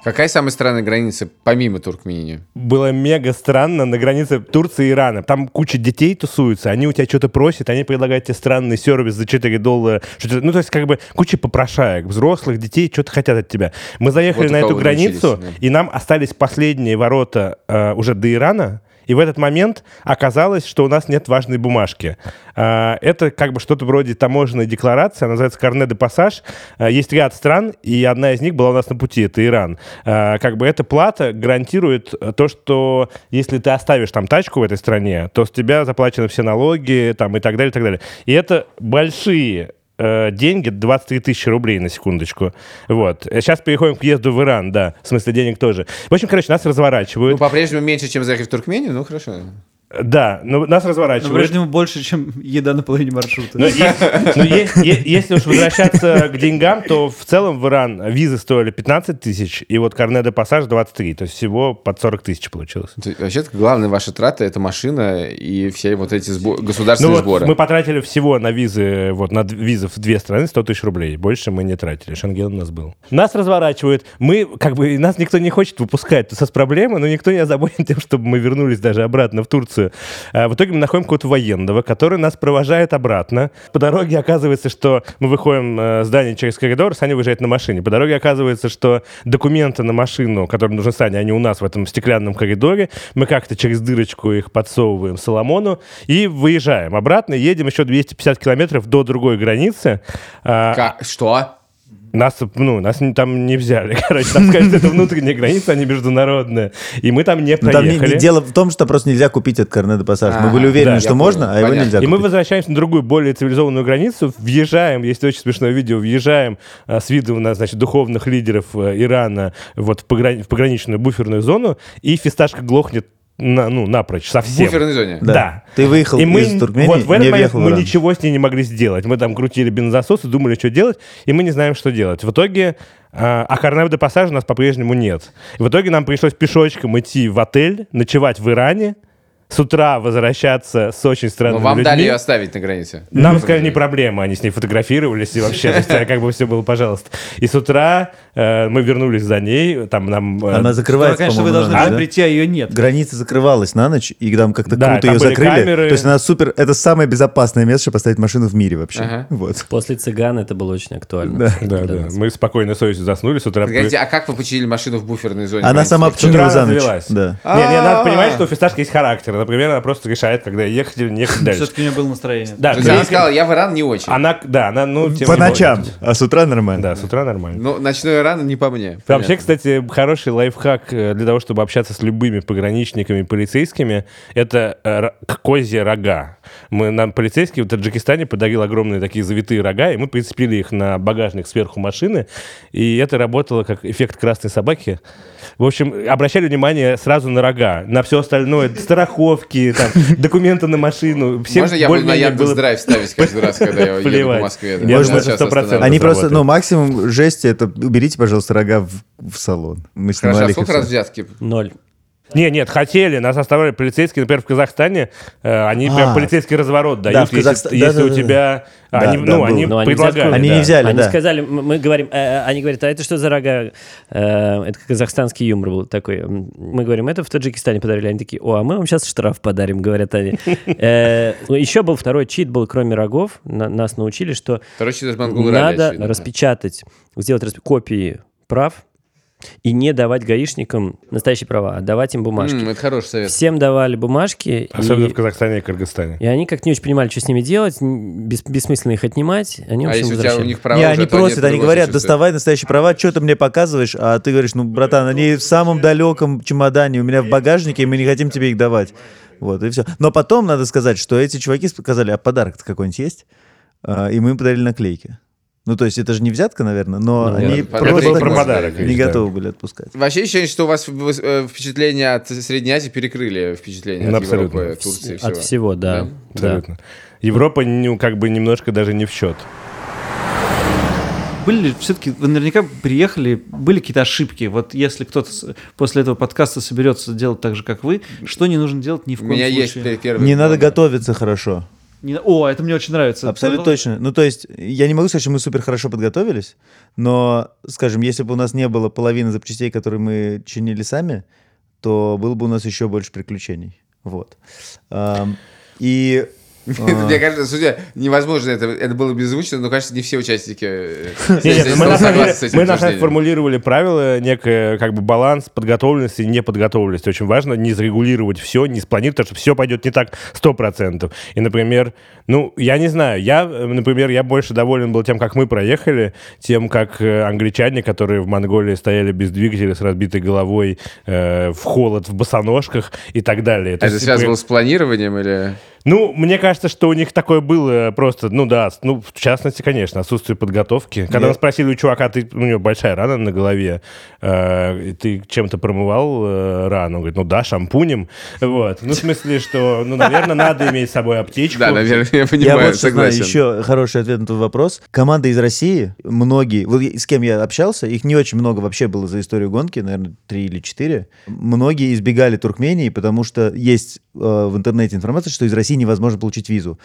Speaker 2: Какая самая странная граница, помимо Туркмении?
Speaker 5: было мега странно на границе Турции и Ирана. Там куча детей тусуются, они у тебя что-то просят, они предлагают тебе странный сервис за 4 доллара. Что-то- ну, то есть, как бы куча попрошаек, взрослых, детей, что-то хотят от тебя. Мы заехали
Speaker 2: Вот у
Speaker 5: на эту
Speaker 2: кого научились,
Speaker 5: границу,
Speaker 2: да.
Speaker 5: и нам остались последние ворота э, уже до Ирана. И в этот момент оказалось, что у нас нет важной бумажки. Э, Это как бы что-то вроде таможенной декларации, она называется «Карне де пассаж». Э, Есть ряд стран, и одна из них была у нас на пути, это Иран. Э, Как бы эта плата гарантирует э, то, что если ты оставишь там тачку в этой стране, то с тебя заплачены все налоги там, и так далее, и так далее. И это большие э, деньги 23 тысячи рублей на секундочку. Вот. Э, Сейчас переходим к въезду в Иран, да. В смысле, денег тоже. В общем, короче, нас разворачивают.
Speaker 2: Ну, по-прежнему меньше, чем заехать в Туркмению, ну хорошо.
Speaker 5: Да, ну, нас
Speaker 3: Но
Speaker 5: разворачивают.
Speaker 3: по-прежнему больше, чем еда на половине маршрута.
Speaker 5: Но, е- но е- е- если уж возвращаться к деньгам, то в целом в Иран визы стоили 15 тысяч, и вот карне де пассаж 23, то есть всего под 40 тысяч получилось.
Speaker 2: То есть, Вообще-то, главная ваша трата – это машина и все вот эти сбо-
Speaker 5: Ну
Speaker 2: государственные
Speaker 5: вот
Speaker 2: сборы.
Speaker 5: мы потратили всего на визы, вот на д- визы в две страны 100 тысяч рублей. Больше мы не тратили. Шенген у нас был. Нас разворачивают. Мы, как бы, и нас никто не хочет выпускать. Тут у нас проблемы, но никто не озабочен тем, чтобы мы вернулись даже обратно в Турцию. А, В итоге мы находим какого-то военного, который нас провожает обратно. По дороге оказывается, что мы выходим э, с здание через коридор, Саня выезжает на машине. По дороге оказывается, что документы на машину, которым нужны Саня, они у нас в этом стеклянном коридоре. Мы как-то через дырочку их подсовываем Соломону и выезжаем обратно. Едем еще 250 километров до другой границы. А,
Speaker 2: Ка- Что?
Speaker 5: нас, ну, нас не- там не взяли. Короче, нам сказали, что это внутренняя граница, а не международная. И мы там не
Speaker 4: Ну, Там не- не-
Speaker 5: проехали.
Speaker 4: дело в том, что просто нельзя купить этот карне де пассаж. Мы
Speaker 2: А,
Speaker 4: были уверены,
Speaker 5: да,
Speaker 4: что
Speaker 2: я
Speaker 4: можно,
Speaker 2: понял.
Speaker 4: а его
Speaker 2: Понятно.
Speaker 4: нельзя
Speaker 5: И мы
Speaker 4: купить.
Speaker 5: возвращаемся на другую, более цивилизованную границу, въезжаем, есть очень смешное видео, въезжаем а, с видом на, значит, духовных лидеров э, Ирана вот в, пограни- в пограничную буферную зону, и фисташка глохнет на, ну, напрочь,
Speaker 2: В
Speaker 5: совсем.
Speaker 2: буферной зоне?
Speaker 4: Да.
Speaker 5: Да.
Speaker 4: Ты выехал
Speaker 5: И мы,
Speaker 4: из Туркмении,
Speaker 5: вот в этот
Speaker 4: не
Speaker 5: момент
Speaker 4: въехал в
Speaker 5: мы
Speaker 4: Иран.
Speaker 5: ничего с ней не могли сделать. Мы там крутили бензососы, думали, что делать, и мы не знаем, что делать. В итоге, э, а карнавида пассажа у нас по-прежнему нет. И в итоге нам пришлось пешочком идти в отель, ночевать в Иране, с утра возвращаться с очень
Speaker 2: Но
Speaker 5: странными
Speaker 2: Ну, вам
Speaker 5: людьми.
Speaker 2: дали ее оставить на границе.
Speaker 5: Нам сказали, не проблема, они с ней фотографировались и вообще, то есть, а как бы все было, пожалуйста. И с утра э, мы вернулись за ней, там нам... э,
Speaker 4: Она закрывается,
Speaker 3: конечно, вы
Speaker 4: по-моему,
Speaker 3: должны
Speaker 4: на ночь,
Speaker 3: были
Speaker 4: да?
Speaker 3: прийти, а ее нет.
Speaker 4: Граница закрывалась на ночь, и там как-то
Speaker 5: Да,
Speaker 4: круто
Speaker 5: там
Speaker 4: ее
Speaker 5: были
Speaker 4: закрыли.
Speaker 5: камеры.
Speaker 4: То есть она супер... Это самое безопасное место, чтобы поставить машину в мире вообще.
Speaker 2: Ага.
Speaker 4: Вот.
Speaker 6: После цыган это было очень актуально.
Speaker 4: Да.
Speaker 5: Да,
Speaker 6: Для
Speaker 5: да.
Speaker 6: нас.
Speaker 5: Мы спокойно совестью заснули с утра.
Speaker 2: Погодите, а как вы починили машину в буферной зоне?
Speaker 4: Она сама
Speaker 5: С утра
Speaker 4: починила за ночь.
Speaker 5: завелась.
Speaker 4: Да.
Speaker 5: Не, не, надо понимать, что у фисташки есть характер. Например, она просто решает, когда ехать или не ехать дальше.
Speaker 3: Все-таки у меня было настроение.
Speaker 5: Да,
Speaker 2: То есть она
Speaker 5: приехали-
Speaker 2: сказала, я в Иран не очень.
Speaker 5: она, да, она, ну, тем
Speaker 4: По
Speaker 5: не более.
Speaker 4: ночам, а с утра нормально.
Speaker 5: Да, с утра нормально.
Speaker 2: Ну, ночной Иран не по мне.
Speaker 5: Это
Speaker 2: Понятно.
Speaker 5: Вообще, кстати, хороший лайфхак э, для того, чтобы общаться с любыми пограничниками, полицейскими, это э, р- к козе рога. Мы нам полицейский в Таджикистане подарил огромные такие завитые рога, и мы прицепили их на багажник сверху машины, и это работало как эффект красной собаки. В общем, обращали внимание сразу на рога, на все остальное, страховки, там, документы на машину. Всем
Speaker 2: Можно я буду на
Speaker 5: более-менее было-
Speaker 2: Яндекс.Драйв ставить каждый раз, когда я еду по
Speaker 5: Плевать.
Speaker 2: Москве?
Speaker 5: Я
Speaker 2: Да,
Speaker 5: думаю, это
Speaker 2: сейчас
Speaker 5: 100%.
Speaker 2: останавливаюсь.
Speaker 4: Они просто,
Speaker 5: работает.
Speaker 4: ну, максимум жести это уберите, пожалуйста, рога в, в салон. Мы
Speaker 2: Хорошо,
Speaker 4: снимали
Speaker 2: а
Speaker 4: их. и
Speaker 2: сколько
Speaker 4: всё.
Speaker 2: раз взятки?
Speaker 6: Ноль.
Speaker 5: Не, нет, хотели. Нас оставляли полицейские, например, в Казахстане. э, они
Speaker 4: А.
Speaker 5: прям полицейский разворот дают,
Speaker 4: в Казахста-
Speaker 5: если, если у
Speaker 4: да-да-да.
Speaker 5: тебя...
Speaker 4: Да,
Speaker 5: они,
Speaker 4: да,
Speaker 5: ну,
Speaker 4: был.
Speaker 5: они
Speaker 6: Ну, они
Speaker 5: предлагали.
Speaker 6: взяли.
Speaker 4: Они не
Speaker 5: да.
Speaker 4: взяли,
Speaker 6: Они
Speaker 4: да.
Speaker 6: сказали, м- мы говорим, э, э, они говорят, а это что за рога? Э, Это казахстанский юмор был такой. М, Мы говорим, это в Таджикистане подарили. Они такие, о, а мы вам сейчас штраф подарим, говорят они. Э, ну, Еще был второй чит, был кроме рогов. На- Нас научили, что
Speaker 2: Короче, даже Монгол
Speaker 6: надо распечатать, сделать расп- копии прав и не давать гаишникам настоящие права, а давать им бумажки.
Speaker 2: Это хороший совет.
Speaker 6: Всем давали бумажки.
Speaker 5: Особенно
Speaker 6: и-
Speaker 5: в Казахстане и Кыргызстане.
Speaker 6: и они как не очень понимали, что с ними делать, н- бес- бессмысленно их отнимать, они
Speaker 2: А
Speaker 6: вообще
Speaker 2: если у тебя у
Speaker 6: возвращали.
Speaker 2: них права
Speaker 4: не,
Speaker 2: уже,
Speaker 4: они
Speaker 2: то ну,
Speaker 4: просят,
Speaker 2: в
Speaker 4: они
Speaker 2: любом
Speaker 4: говорят,
Speaker 2: случае
Speaker 4: доставай настоящие права, что ты мне показываешь, а ты говоришь, ну, братан, они в самом далеком чемодане у меня в багажнике, и мы не хотим тебе их давать. Вот, и все. Но потом надо сказать, что эти чуваки сказали, а подарок-то какой-нибудь есть? А, И мы им подарили наклейки. Ну, то есть это же не взятка, наверное, но
Speaker 6: Ну,
Speaker 4: они
Speaker 2: наверное, подарок
Speaker 4: просто
Speaker 2: это про подарок,
Speaker 4: не
Speaker 5: конечно, да.
Speaker 4: готовы были отпускать.
Speaker 2: Вообще ощущение, что у вас в- э, впечатление от Средней Азии перекрыли впечатление
Speaker 5: Ну,
Speaker 2: от
Speaker 5: абсолютно.
Speaker 2: Европы, Турции и всего.
Speaker 6: От всего, да.
Speaker 2: Да?
Speaker 6: да.
Speaker 5: Абсолютно. Европа ну, как бы немножко даже не в счет.
Speaker 3: Были все-таки, вы наверняка приехали, были какие-то ошибки. Вот если кто-то с- после этого подкаста соберется делать так же, как вы, что не нужно делать ни в
Speaker 2: У
Speaker 3: коем
Speaker 2: меня есть
Speaker 3: случае?
Speaker 2: первый...
Speaker 4: Не надо
Speaker 2: план.
Speaker 4: готовиться хорошо.
Speaker 3: Не- О, это мне очень нравится.
Speaker 4: Абсолютно
Speaker 3: Продолжай.
Speaker 4: точно. Ну, то есть, я не могу сказать, что мы супер хорошо подготовились, но, скажем, если бы у нас не было половины запчастей, которые мы чинили сами, то было бы у нас еще больше приключений. Вот. Ам, И...
Speaker 2: Это, Мне кажется, судя, невозможно, это, это было беззвучно, но, кажется, не все участники э,
Speaker 5: Не, нет,
Speaker 2: здесь
Speaker 5: мы, на самом
Speaker 2: согласны
Speaker 5: деле-
Speaker 2: с этим
Speaker 5: мы на самом деле
Speaker 2: утверждением.
Speaker 5: формулировали правила, некое как бы баланс подготовленности и неподготовленности. Очень важно не зарегулировать все, не спланировать, потому что все пойдет не так 100%. И, например, ну, я не знаю, я, э, например, я больше доволен был тем, как мы проехали, тем, как э, англичане, которые в Монголии стояли без двигателя, с разбитой головой, э, в холод, в босоножках и так далее.
Speaker 2: А
Speaker 5: То
Speaker 2: Это
Speaker 5: есть,
Speaker 2: связано
Speaker 5: мы-
Speaker 2: с планированием или...
Speaker 5: ну, мне кажется, что у них такое было просто, ну да, с- ну, в частности, конечно, отсутствие подготовки. Когда мы спросили у чувака, ты, у него большая рана на голове, э, и ты чем-то промывал э, рану? Он говорит, ну да, шампунем. Вот. Ну, в смысле, что, ну, наверное, надо иметь с собой аптечку.
Speaker 2: Да, наверное, я
Speaker 4: Я
Speaker 2: понимаю,
Speaker 4: вот что знаю,
Speaker 2: согласен.
Speaker 4: еще хороший ответ на твой вопрос. Команда из России, многие, вот с кем я общался, их не очень много вообще было за историю гонки, наверное, три или четыре. Многие избегали Туркмении, потому что есть э, в интернете информация, что из России невозможно получить визу.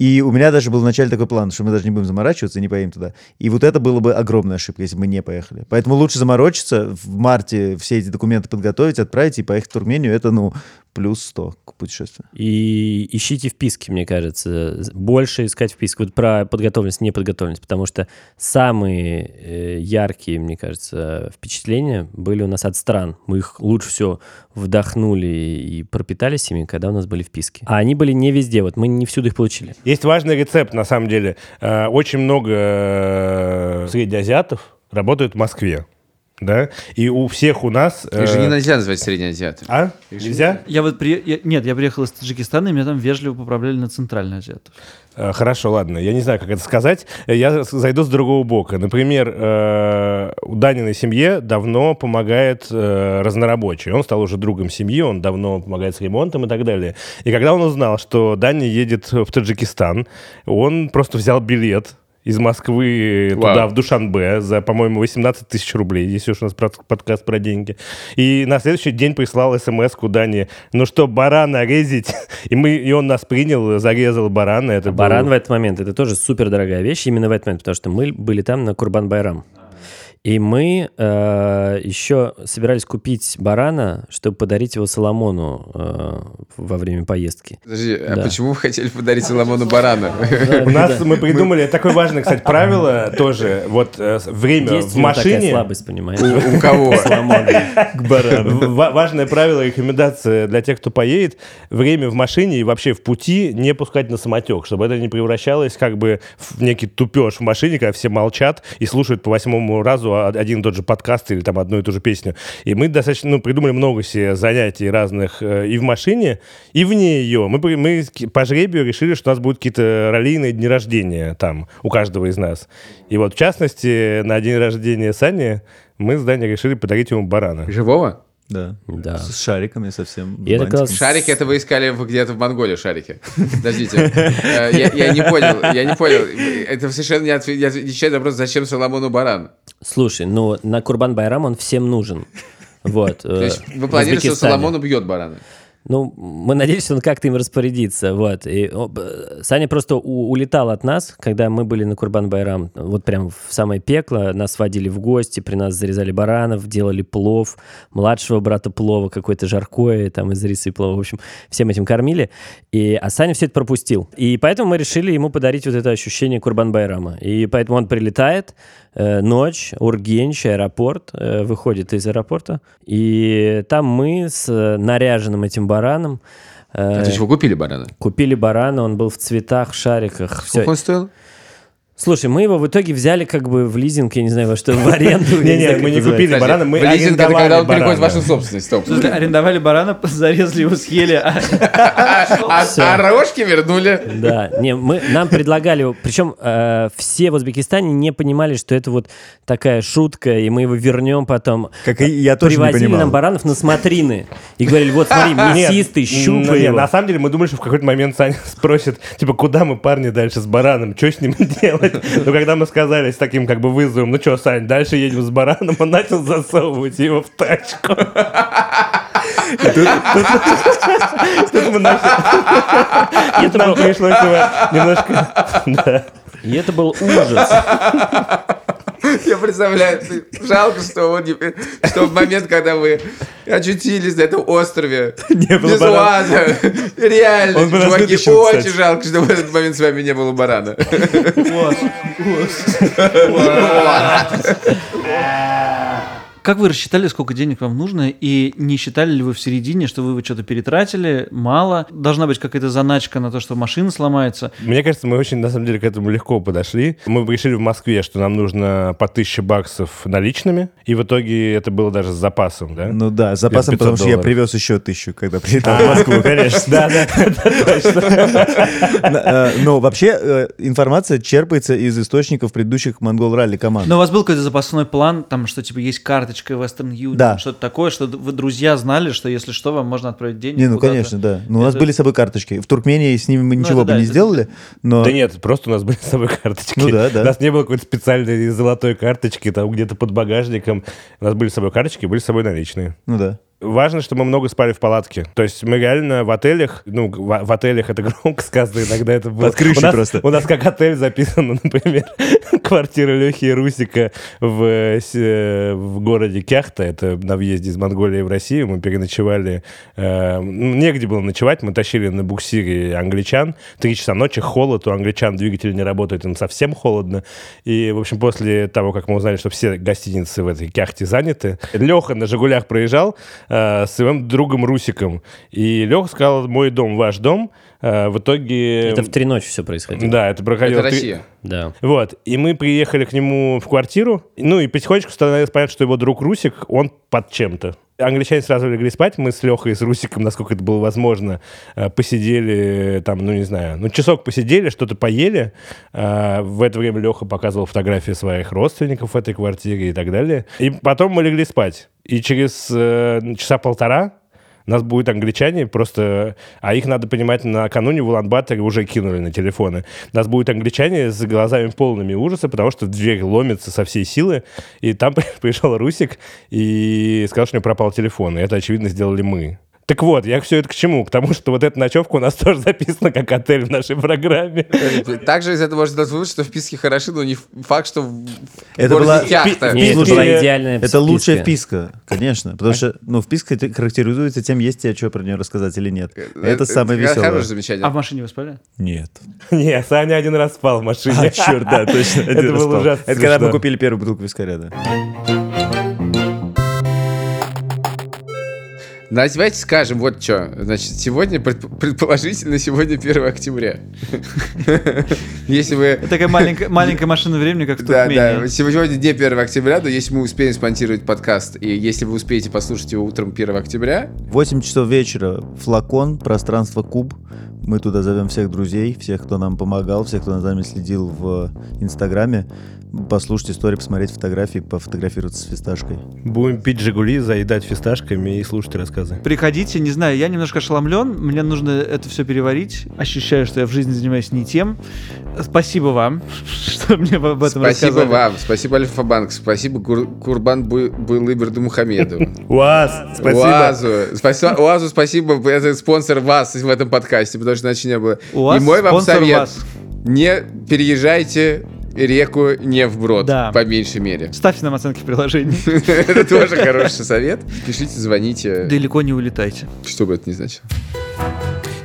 Speaker 4: И у меня даже был вначале такой план, что мы даже не будем заморачиваться и не поедем туда. И вот это было бы огромная ошибка, если бы мы не поехали. Поэтому лучше заморочиться, в марте все эти документы подготовить, отправить и поехать в Туркмению. Это, ну, плюс 100 к путешествию.
Speaker 6: И ищите вписки, мне кажется. Больше искать вписки. Вот про подготовленность, неподготовленность. Потому что самые э, яркие, мне кажется, впечатления были у нас от стран. Мы их лучше всего вдохнули и пропитались ими, когда у нас были вписки. А они были не везде. Вот мы не всюду их получили.
Speaker 5: Есть важный рецепт, на самом деле. Э, Очень много э, среднеазиатов работают в Москве. Да? И у всех у нас... э,
Speaker 2: Их же не нельзя называть среднеазиатами.
Speaker 5: А? Нельзя?
Speaker 3: Я вот при... я- Нет, я приехал из Таджикистана, и меня там вежливо поправляли на центральную азиатов.
Speaker 5: Э, Хорошо, ладно. Я не знаю, как это сказать. Э, Я с- зайду с другого бока. Например, э, у Даниной семье давно помогает э, разнорабочий. Он стал уже другом семьи, он давно помогает с ремонтом и так далее. И когда он узнал, что Даня едет в Таджикистан, он просто взял билет из Москвы
Speaker 2: Вау.
Speaker 5: туда, в Душанбе, за, по-моему, 18 тысяч рублей, если уж у нас прод- подкаст про деньги. И на следующий день прислал смс Дане, ну что, барана резить? И, мы, и он нас принял, зарезал барана. Это был-
Speaker 6: Баран в этот момент это тоже супер дорогая вещь именно в этот момент, потому что мы были там на Курбан Байрам. И мы э, еще собирались купить барана, чтобы подарить его Соломону э, во время поездки.
Speaker 2: Подожди, а
Speaker 6: Да.
Speaker 2: почему вы хотели подарить Соломону барана?
Speaker 6: Ну,
Speaker 5: У нас мы придумали такое важное, кстати, правило тоже. Вот э, с- время
Speaker 6: Есть
Speaker 5: в
Speaker 6: у него такая
Speaker 5: машине.
Speaker 6: слабость, понимаешь?
Speaker 2: У у кого?
Speaker 5: К барану. Ва- Важное правило, рекомендация для тех, кто поедет. Время в машине и вообще в пути не пускать на самотек, чтобы это не превращалось как бы в некий тупеж в машине, когда все молчат и слушают по восьмому разу о- один и тот же подкаст или там одну и ту же песню. И мы достаточно, ну, придумали много себе занятий разных э, и в машине, и вне ее. Мы, при- мы ки- по жребию решили, что у нас будут какие-то ролейные дни рождения там у каждого из нас. И вот, в частности, на день рождения Сани мы с Даней решили подарить ему барана.
Speaker 2: Живого?
Speaker 4: Да.
Speaker 6: Да.
Speaker 4: С шариками совсем.
Speaker 6: И это
Speaker 4: бантиком.
Speaker 6: казалось-
Speaker 2: Шарики это вы искали в- где-то в Монголии, шарики. Подождите. Э, Я я не понял, я не понял. Это совершенно не отве- не отвечает на вопрос, зачем Соломону баран?
Speaker 6: Слушай, ну на Курбан Байрам он всем нужен. Вот. э,
Speaker 2: То есть вы планировали, что Соломон убьет барана?
Speaker 6: Ну, мы надеялись, что он как-то им распорядится, вот. И о, б- Саня просто у- улетал от нас, когда мы были на Курбан-Байрам, вот прям в самое пекло, нас водили в гости, при нас зарезали баранов, делали плов, младшего брата плова, какое-то жаркое, там, из риса и плова, в общем, всем этим кормили. И, а Саня все это пропустил. И поэтому мы решили ему подарить вот это ощущение Курбан-Байрама. И поэтому он прилетает, э, ночь, Ургенч, аэропорт, э, выходит из аэропорта, и там мы с э, наряженным этим бараном э,
Speaker 2: А то есть вы купили барана?
Speaker 6: купили барана, он был в цветах, в шариках, все.
Speaker 2: Сколько он стоил?
Speaker 6: Слушай, мы его в итоге взяли как бы в лизинг, я не знаю, во что, в аренду. я знаю,
Speaker 5: Не-не,
Speaker 6: как
Speaker 5: мы не
Speaker 6: это
Speaker 5: купили
Speaker 2: Подожди,
Speaker 5: барана, мы
Speaker 2: в лизинг это когда он
Speaker 5: арендовали
Speaker 2: переходит в
Speaker 5: барана.
Speaker 2: вашу собственность. Стоп.
Speaker 3: Слушай, арендовали барана, зарезали его, съели. а-
Speaker 2: А а рожки вернули.
Speaker 6: Да, не, мы, нам предлагали, его- причем э, все в Узбекистане не понимали, что это вот такая шутка, и мы его вернем потом.
Speaker 4: Как и я тоже не
Speaker 6: Привозили
Speaker 4: понимал.
Speaker 6: нам баранов на смотрины и говорили, вот смотри,
Speaker 5: Нет,
Speaker 6: мясистый,
Speaker 5: ну,
Speaker 6: щупай
Speaker 5: нет,
Speaker 6: его.
Speaker 5: на самом деле мы думали, что в какой-то момент Саня спросит, типа, куда мы, парни, дальше с бараном, что с ним делать? Но когда мы сказали с таким как бы вызовом, ну что, Сань, дальше едем с бараном, он начал засовывать его в тачку. Тут мы начали-
Speaker 6: Это
Speaker 5: Нам
Speaker 6: было-
Speaker 5: пришлось его немножко... да.
Speaker 6: И это был ужас.
Speaker 2: Я представляю, ты- жалко, что, он не- что в момент, когда вы очутились на этом острове,
Speaker 5: Не было
Speaker 2: без
Speaker 5: барана.
Speaker 2: УАЗа, реально,
Speaker 5: Он бы нас
Speaker 2: чуваки,
Speaker 5: вытащил,
Speaker 2: очень
Speaker 5: кстати.
Speaker 2: жалко, что в этот момент с вами не было барана.
Speaker 3: Как вы рассчитали, сколько денег вам нужно, и не считали ли вы в середине, что вы его что-то перетратили, мало? Должна быть какая-то заначка на то, что машина сломается.
Speaker 5: Мне кажется, мы очень, на самом деле, к этому легко подошли. Мы решили в Москве, что нам нужно по 1000 баксов наличными, и в итоге это было даже с запасом, да?
Speaker 4: Ну да, с запасом,
Speaker 5: 500
Speaker 4: потому что я
Speaker 5: долларов.
Speaker 4: привез еще тысячу, когда прилетал в Москву.
Speaker 5: Конечно, да, да,
Speaker 4: Э, Но вообще э, информация черпается из источников предыдущих монгол ралли команд.
Speaker 3: Но у вас был какой-то запасной план, там, что типа есть карточка Western Union,
Speaker 4: Да.
Speaker 3: что-то такое, что вы друзья знали, что если что, вам можно отправить деньги
Speaker 4: Не, ну
Speaker 3: куда-то.
Speaker 4: конечно, да. Ну у нас
Speaker 3: Это-
Speaker 4: были с собой карточки. В Туркмении с ними мы
Speaker 3: Ну,
Speaker 4: ничего
Speaker 3: это
Speaker 4: бы
Speaker 3: да,
Speaker 4: не
Speaker 3: это-
Speaker 4: сделали, но...
Speaker 5: Да нет, просто у нас были с собой
Speaker 4: А.
Speaker 5: карточки.
Speaker 4: Ну да, да.
Speaker 5: У нас не было какой-то специальной золотой карточки, там где-то под багажником. У нас были с собой карточки, были с собой наличные.
Speaker 4: Ну да.
Speaker 5: Важно, что мы много спали в палатке. То есть мы реально в отелях, ну, в, в отелях это громко сказано, иногда это было.
Speaker 4: Под крышей
Speaker 5: у нас,
Speaker 4: просто.
Speaker 5: У нас как отель записано, например, квартира Лехи и Русика в, э, с- э, в городе Кяхта, это на въезде из Монголии в Россию. Мы переночевали, э, ну, негде было ночевать, мы тащили на буксире англичан. Три часа ночи, холод, у англичан двигатель не работает, им совсем холодно. И, в общем, после того, как мы узнали, что все гостиницы в этой Кяхте заняты, Леха на «Жигулях» проезжал э, с своим другом Русиком. И Леха сказал, мой дом, ваш дом. Э, в итоге...
Speaker 6: Это в три ночи все происходило.
Speaker 5: Да, это проходило...
Speaker 2: Типа. Это
Speaker 5: три-
Speaker 2: Россия.
Speaker 6: Да.
Speaker 5: вот, и мы приехали к нему в квартиру, ну и потихонечку становилось понятно, что его друг Русик, он под чем-то. Англичане сразу легли спать, мы с Лехой и с Русиком, насколько это было возможно, э, посидели э, там, ну не знаю, ну часок посидели, что-то поели. Э, В это время Леха показывал фотографии своих родственников в этой квартире и так далее. И потом мы легли спать. И через э, часа полтора У нас будут англичане просто... А их, надо понимать, накануне в улан уже кинули на телефоны. У нас будут англичане с глазами полными ужаса, потому что дверь ломится со всей силы. И там пришел Русик и сказал, что у него пропал телефон. И это, очевидно, сделали мы. Так вот, я все это к чему? К тому, что вот эта ночевка у нас тоже записана как отель в нашей программе.
Speaker 2: Также из этого можно сделать вывод, что вписки хороши, но не факт, что в
Speaker 4: Это
Speaker 2: городе
Speaker 4: была,
Speaker 2: яхта.
Speaker 4: Слушай,
Speaker 6: Нет, это была идеальная
Speaker 4: это лучшая
Speaker 6: вписка.
Speaker 4: вписка, конечно. Потому что ну, вписка ты- характеризуется тем, есть тебе что про нее рассказать или нет.
Speaker 3: Э,
Speaker 4: Это самое веселое.
Speaker 2: Э, Хорошее замечание.
Speaker 3: А в машине вы спали?
Speaker 4: Нет.
Speaker 5: Не, Саня один раз спал в машине.
Speaker 4: А, черт, да, точно.
Speaker 5: Это
Speaker 4: один раз
Speaker 5: было
Speaker 4: спал.
Speaker 5: ужасно
Speaker 4: Это когда мы
Speaker 5: смешно.
Speaker 4: купили первую бутылку вискаря, да.
Speaker 2: Да, Ну, а давайте скажем, вот что. Значит, сегодня, предп- предположительно, сегодня 1 октября. Если вы...
Speaker 3: Такая маленькая, маленькая машина времени, как в
Speaker 2: Да, да.
Speaker 3: Туркмении.
Speaker 2: Сегодня не 1 октября, но если мы успеем спонсировать подкаст, и если вы успеете послушать его утром 1 октября,
Speaker 4: 8 часов вечера. Флакон, пространство Куб. Мы туда зовем всех друзей, всех, кто нам помогал, всех, кто за нами следил в э, Инстаграме. Послушать историю, посмотреть фотографии, пофотографироваться с фисташкой.
Speaker 5: Будем пить «Жигули», заедать фисташками и слушать рассказы.
Speaker 3: Приходите, не знаю, я немножко ошеломлен, мне нужно это все переварить. Ощущаю, что я в жизни занимаюсь не тем. Спасибо вам, что мне об этом
Speaker 2: спасибо
Speaker 3: рассказали.
Speaker 2: вам, спасибо Альфа-Банк, спасибо Гур- Курбан Бу- Булыберду Мухаммеду.
Speaker 5: УАЗ, спасибо.
Speaker 2: УАЗу. Спасибо, УАЗу спасибо, это спонсор вас в этом подкасте, потому что иначе не было.
Speaker 3: УАЗ
Speaker 2: И мой вам
Speaker 3: спонсор
Speaker 2: совет.
Speaker 3: вас.
Speaker 2: Не переезжайте реку не вброд,
Speaker 3: Да.
Speaker 2: по меньшей мере.
Speaker 3: Ставьте нам оценки в приложении.
Speaker 2: Это тоже хороший совет. Пишите, звоните,
Speaker 3: Далеко не улетайте.
Speaker 2: что бы это ни значило.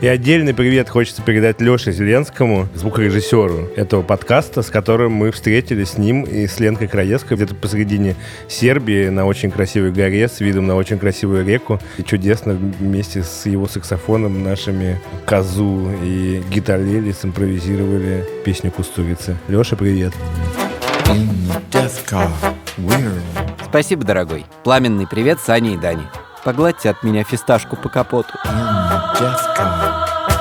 Speaker 5: И отдельный привет хочется передать Леше Зеленскому, звукорежиссеру этого подкаста, с которым мы встретились с ним и с Ленкой Краевской где-то посредине Сербии на очень красивой горе с видом на очень красивую реку. И чудесно вместе с его саксофоном, нашими козу и гиталели симпровизировали песню «Кустурицы». Леша, привет.
Speaker 1: Спасибо, дорогой. Пламенный привет Сане и Дане. Погладьте от меня фисташку по капоту.
Speaker 12: Death Car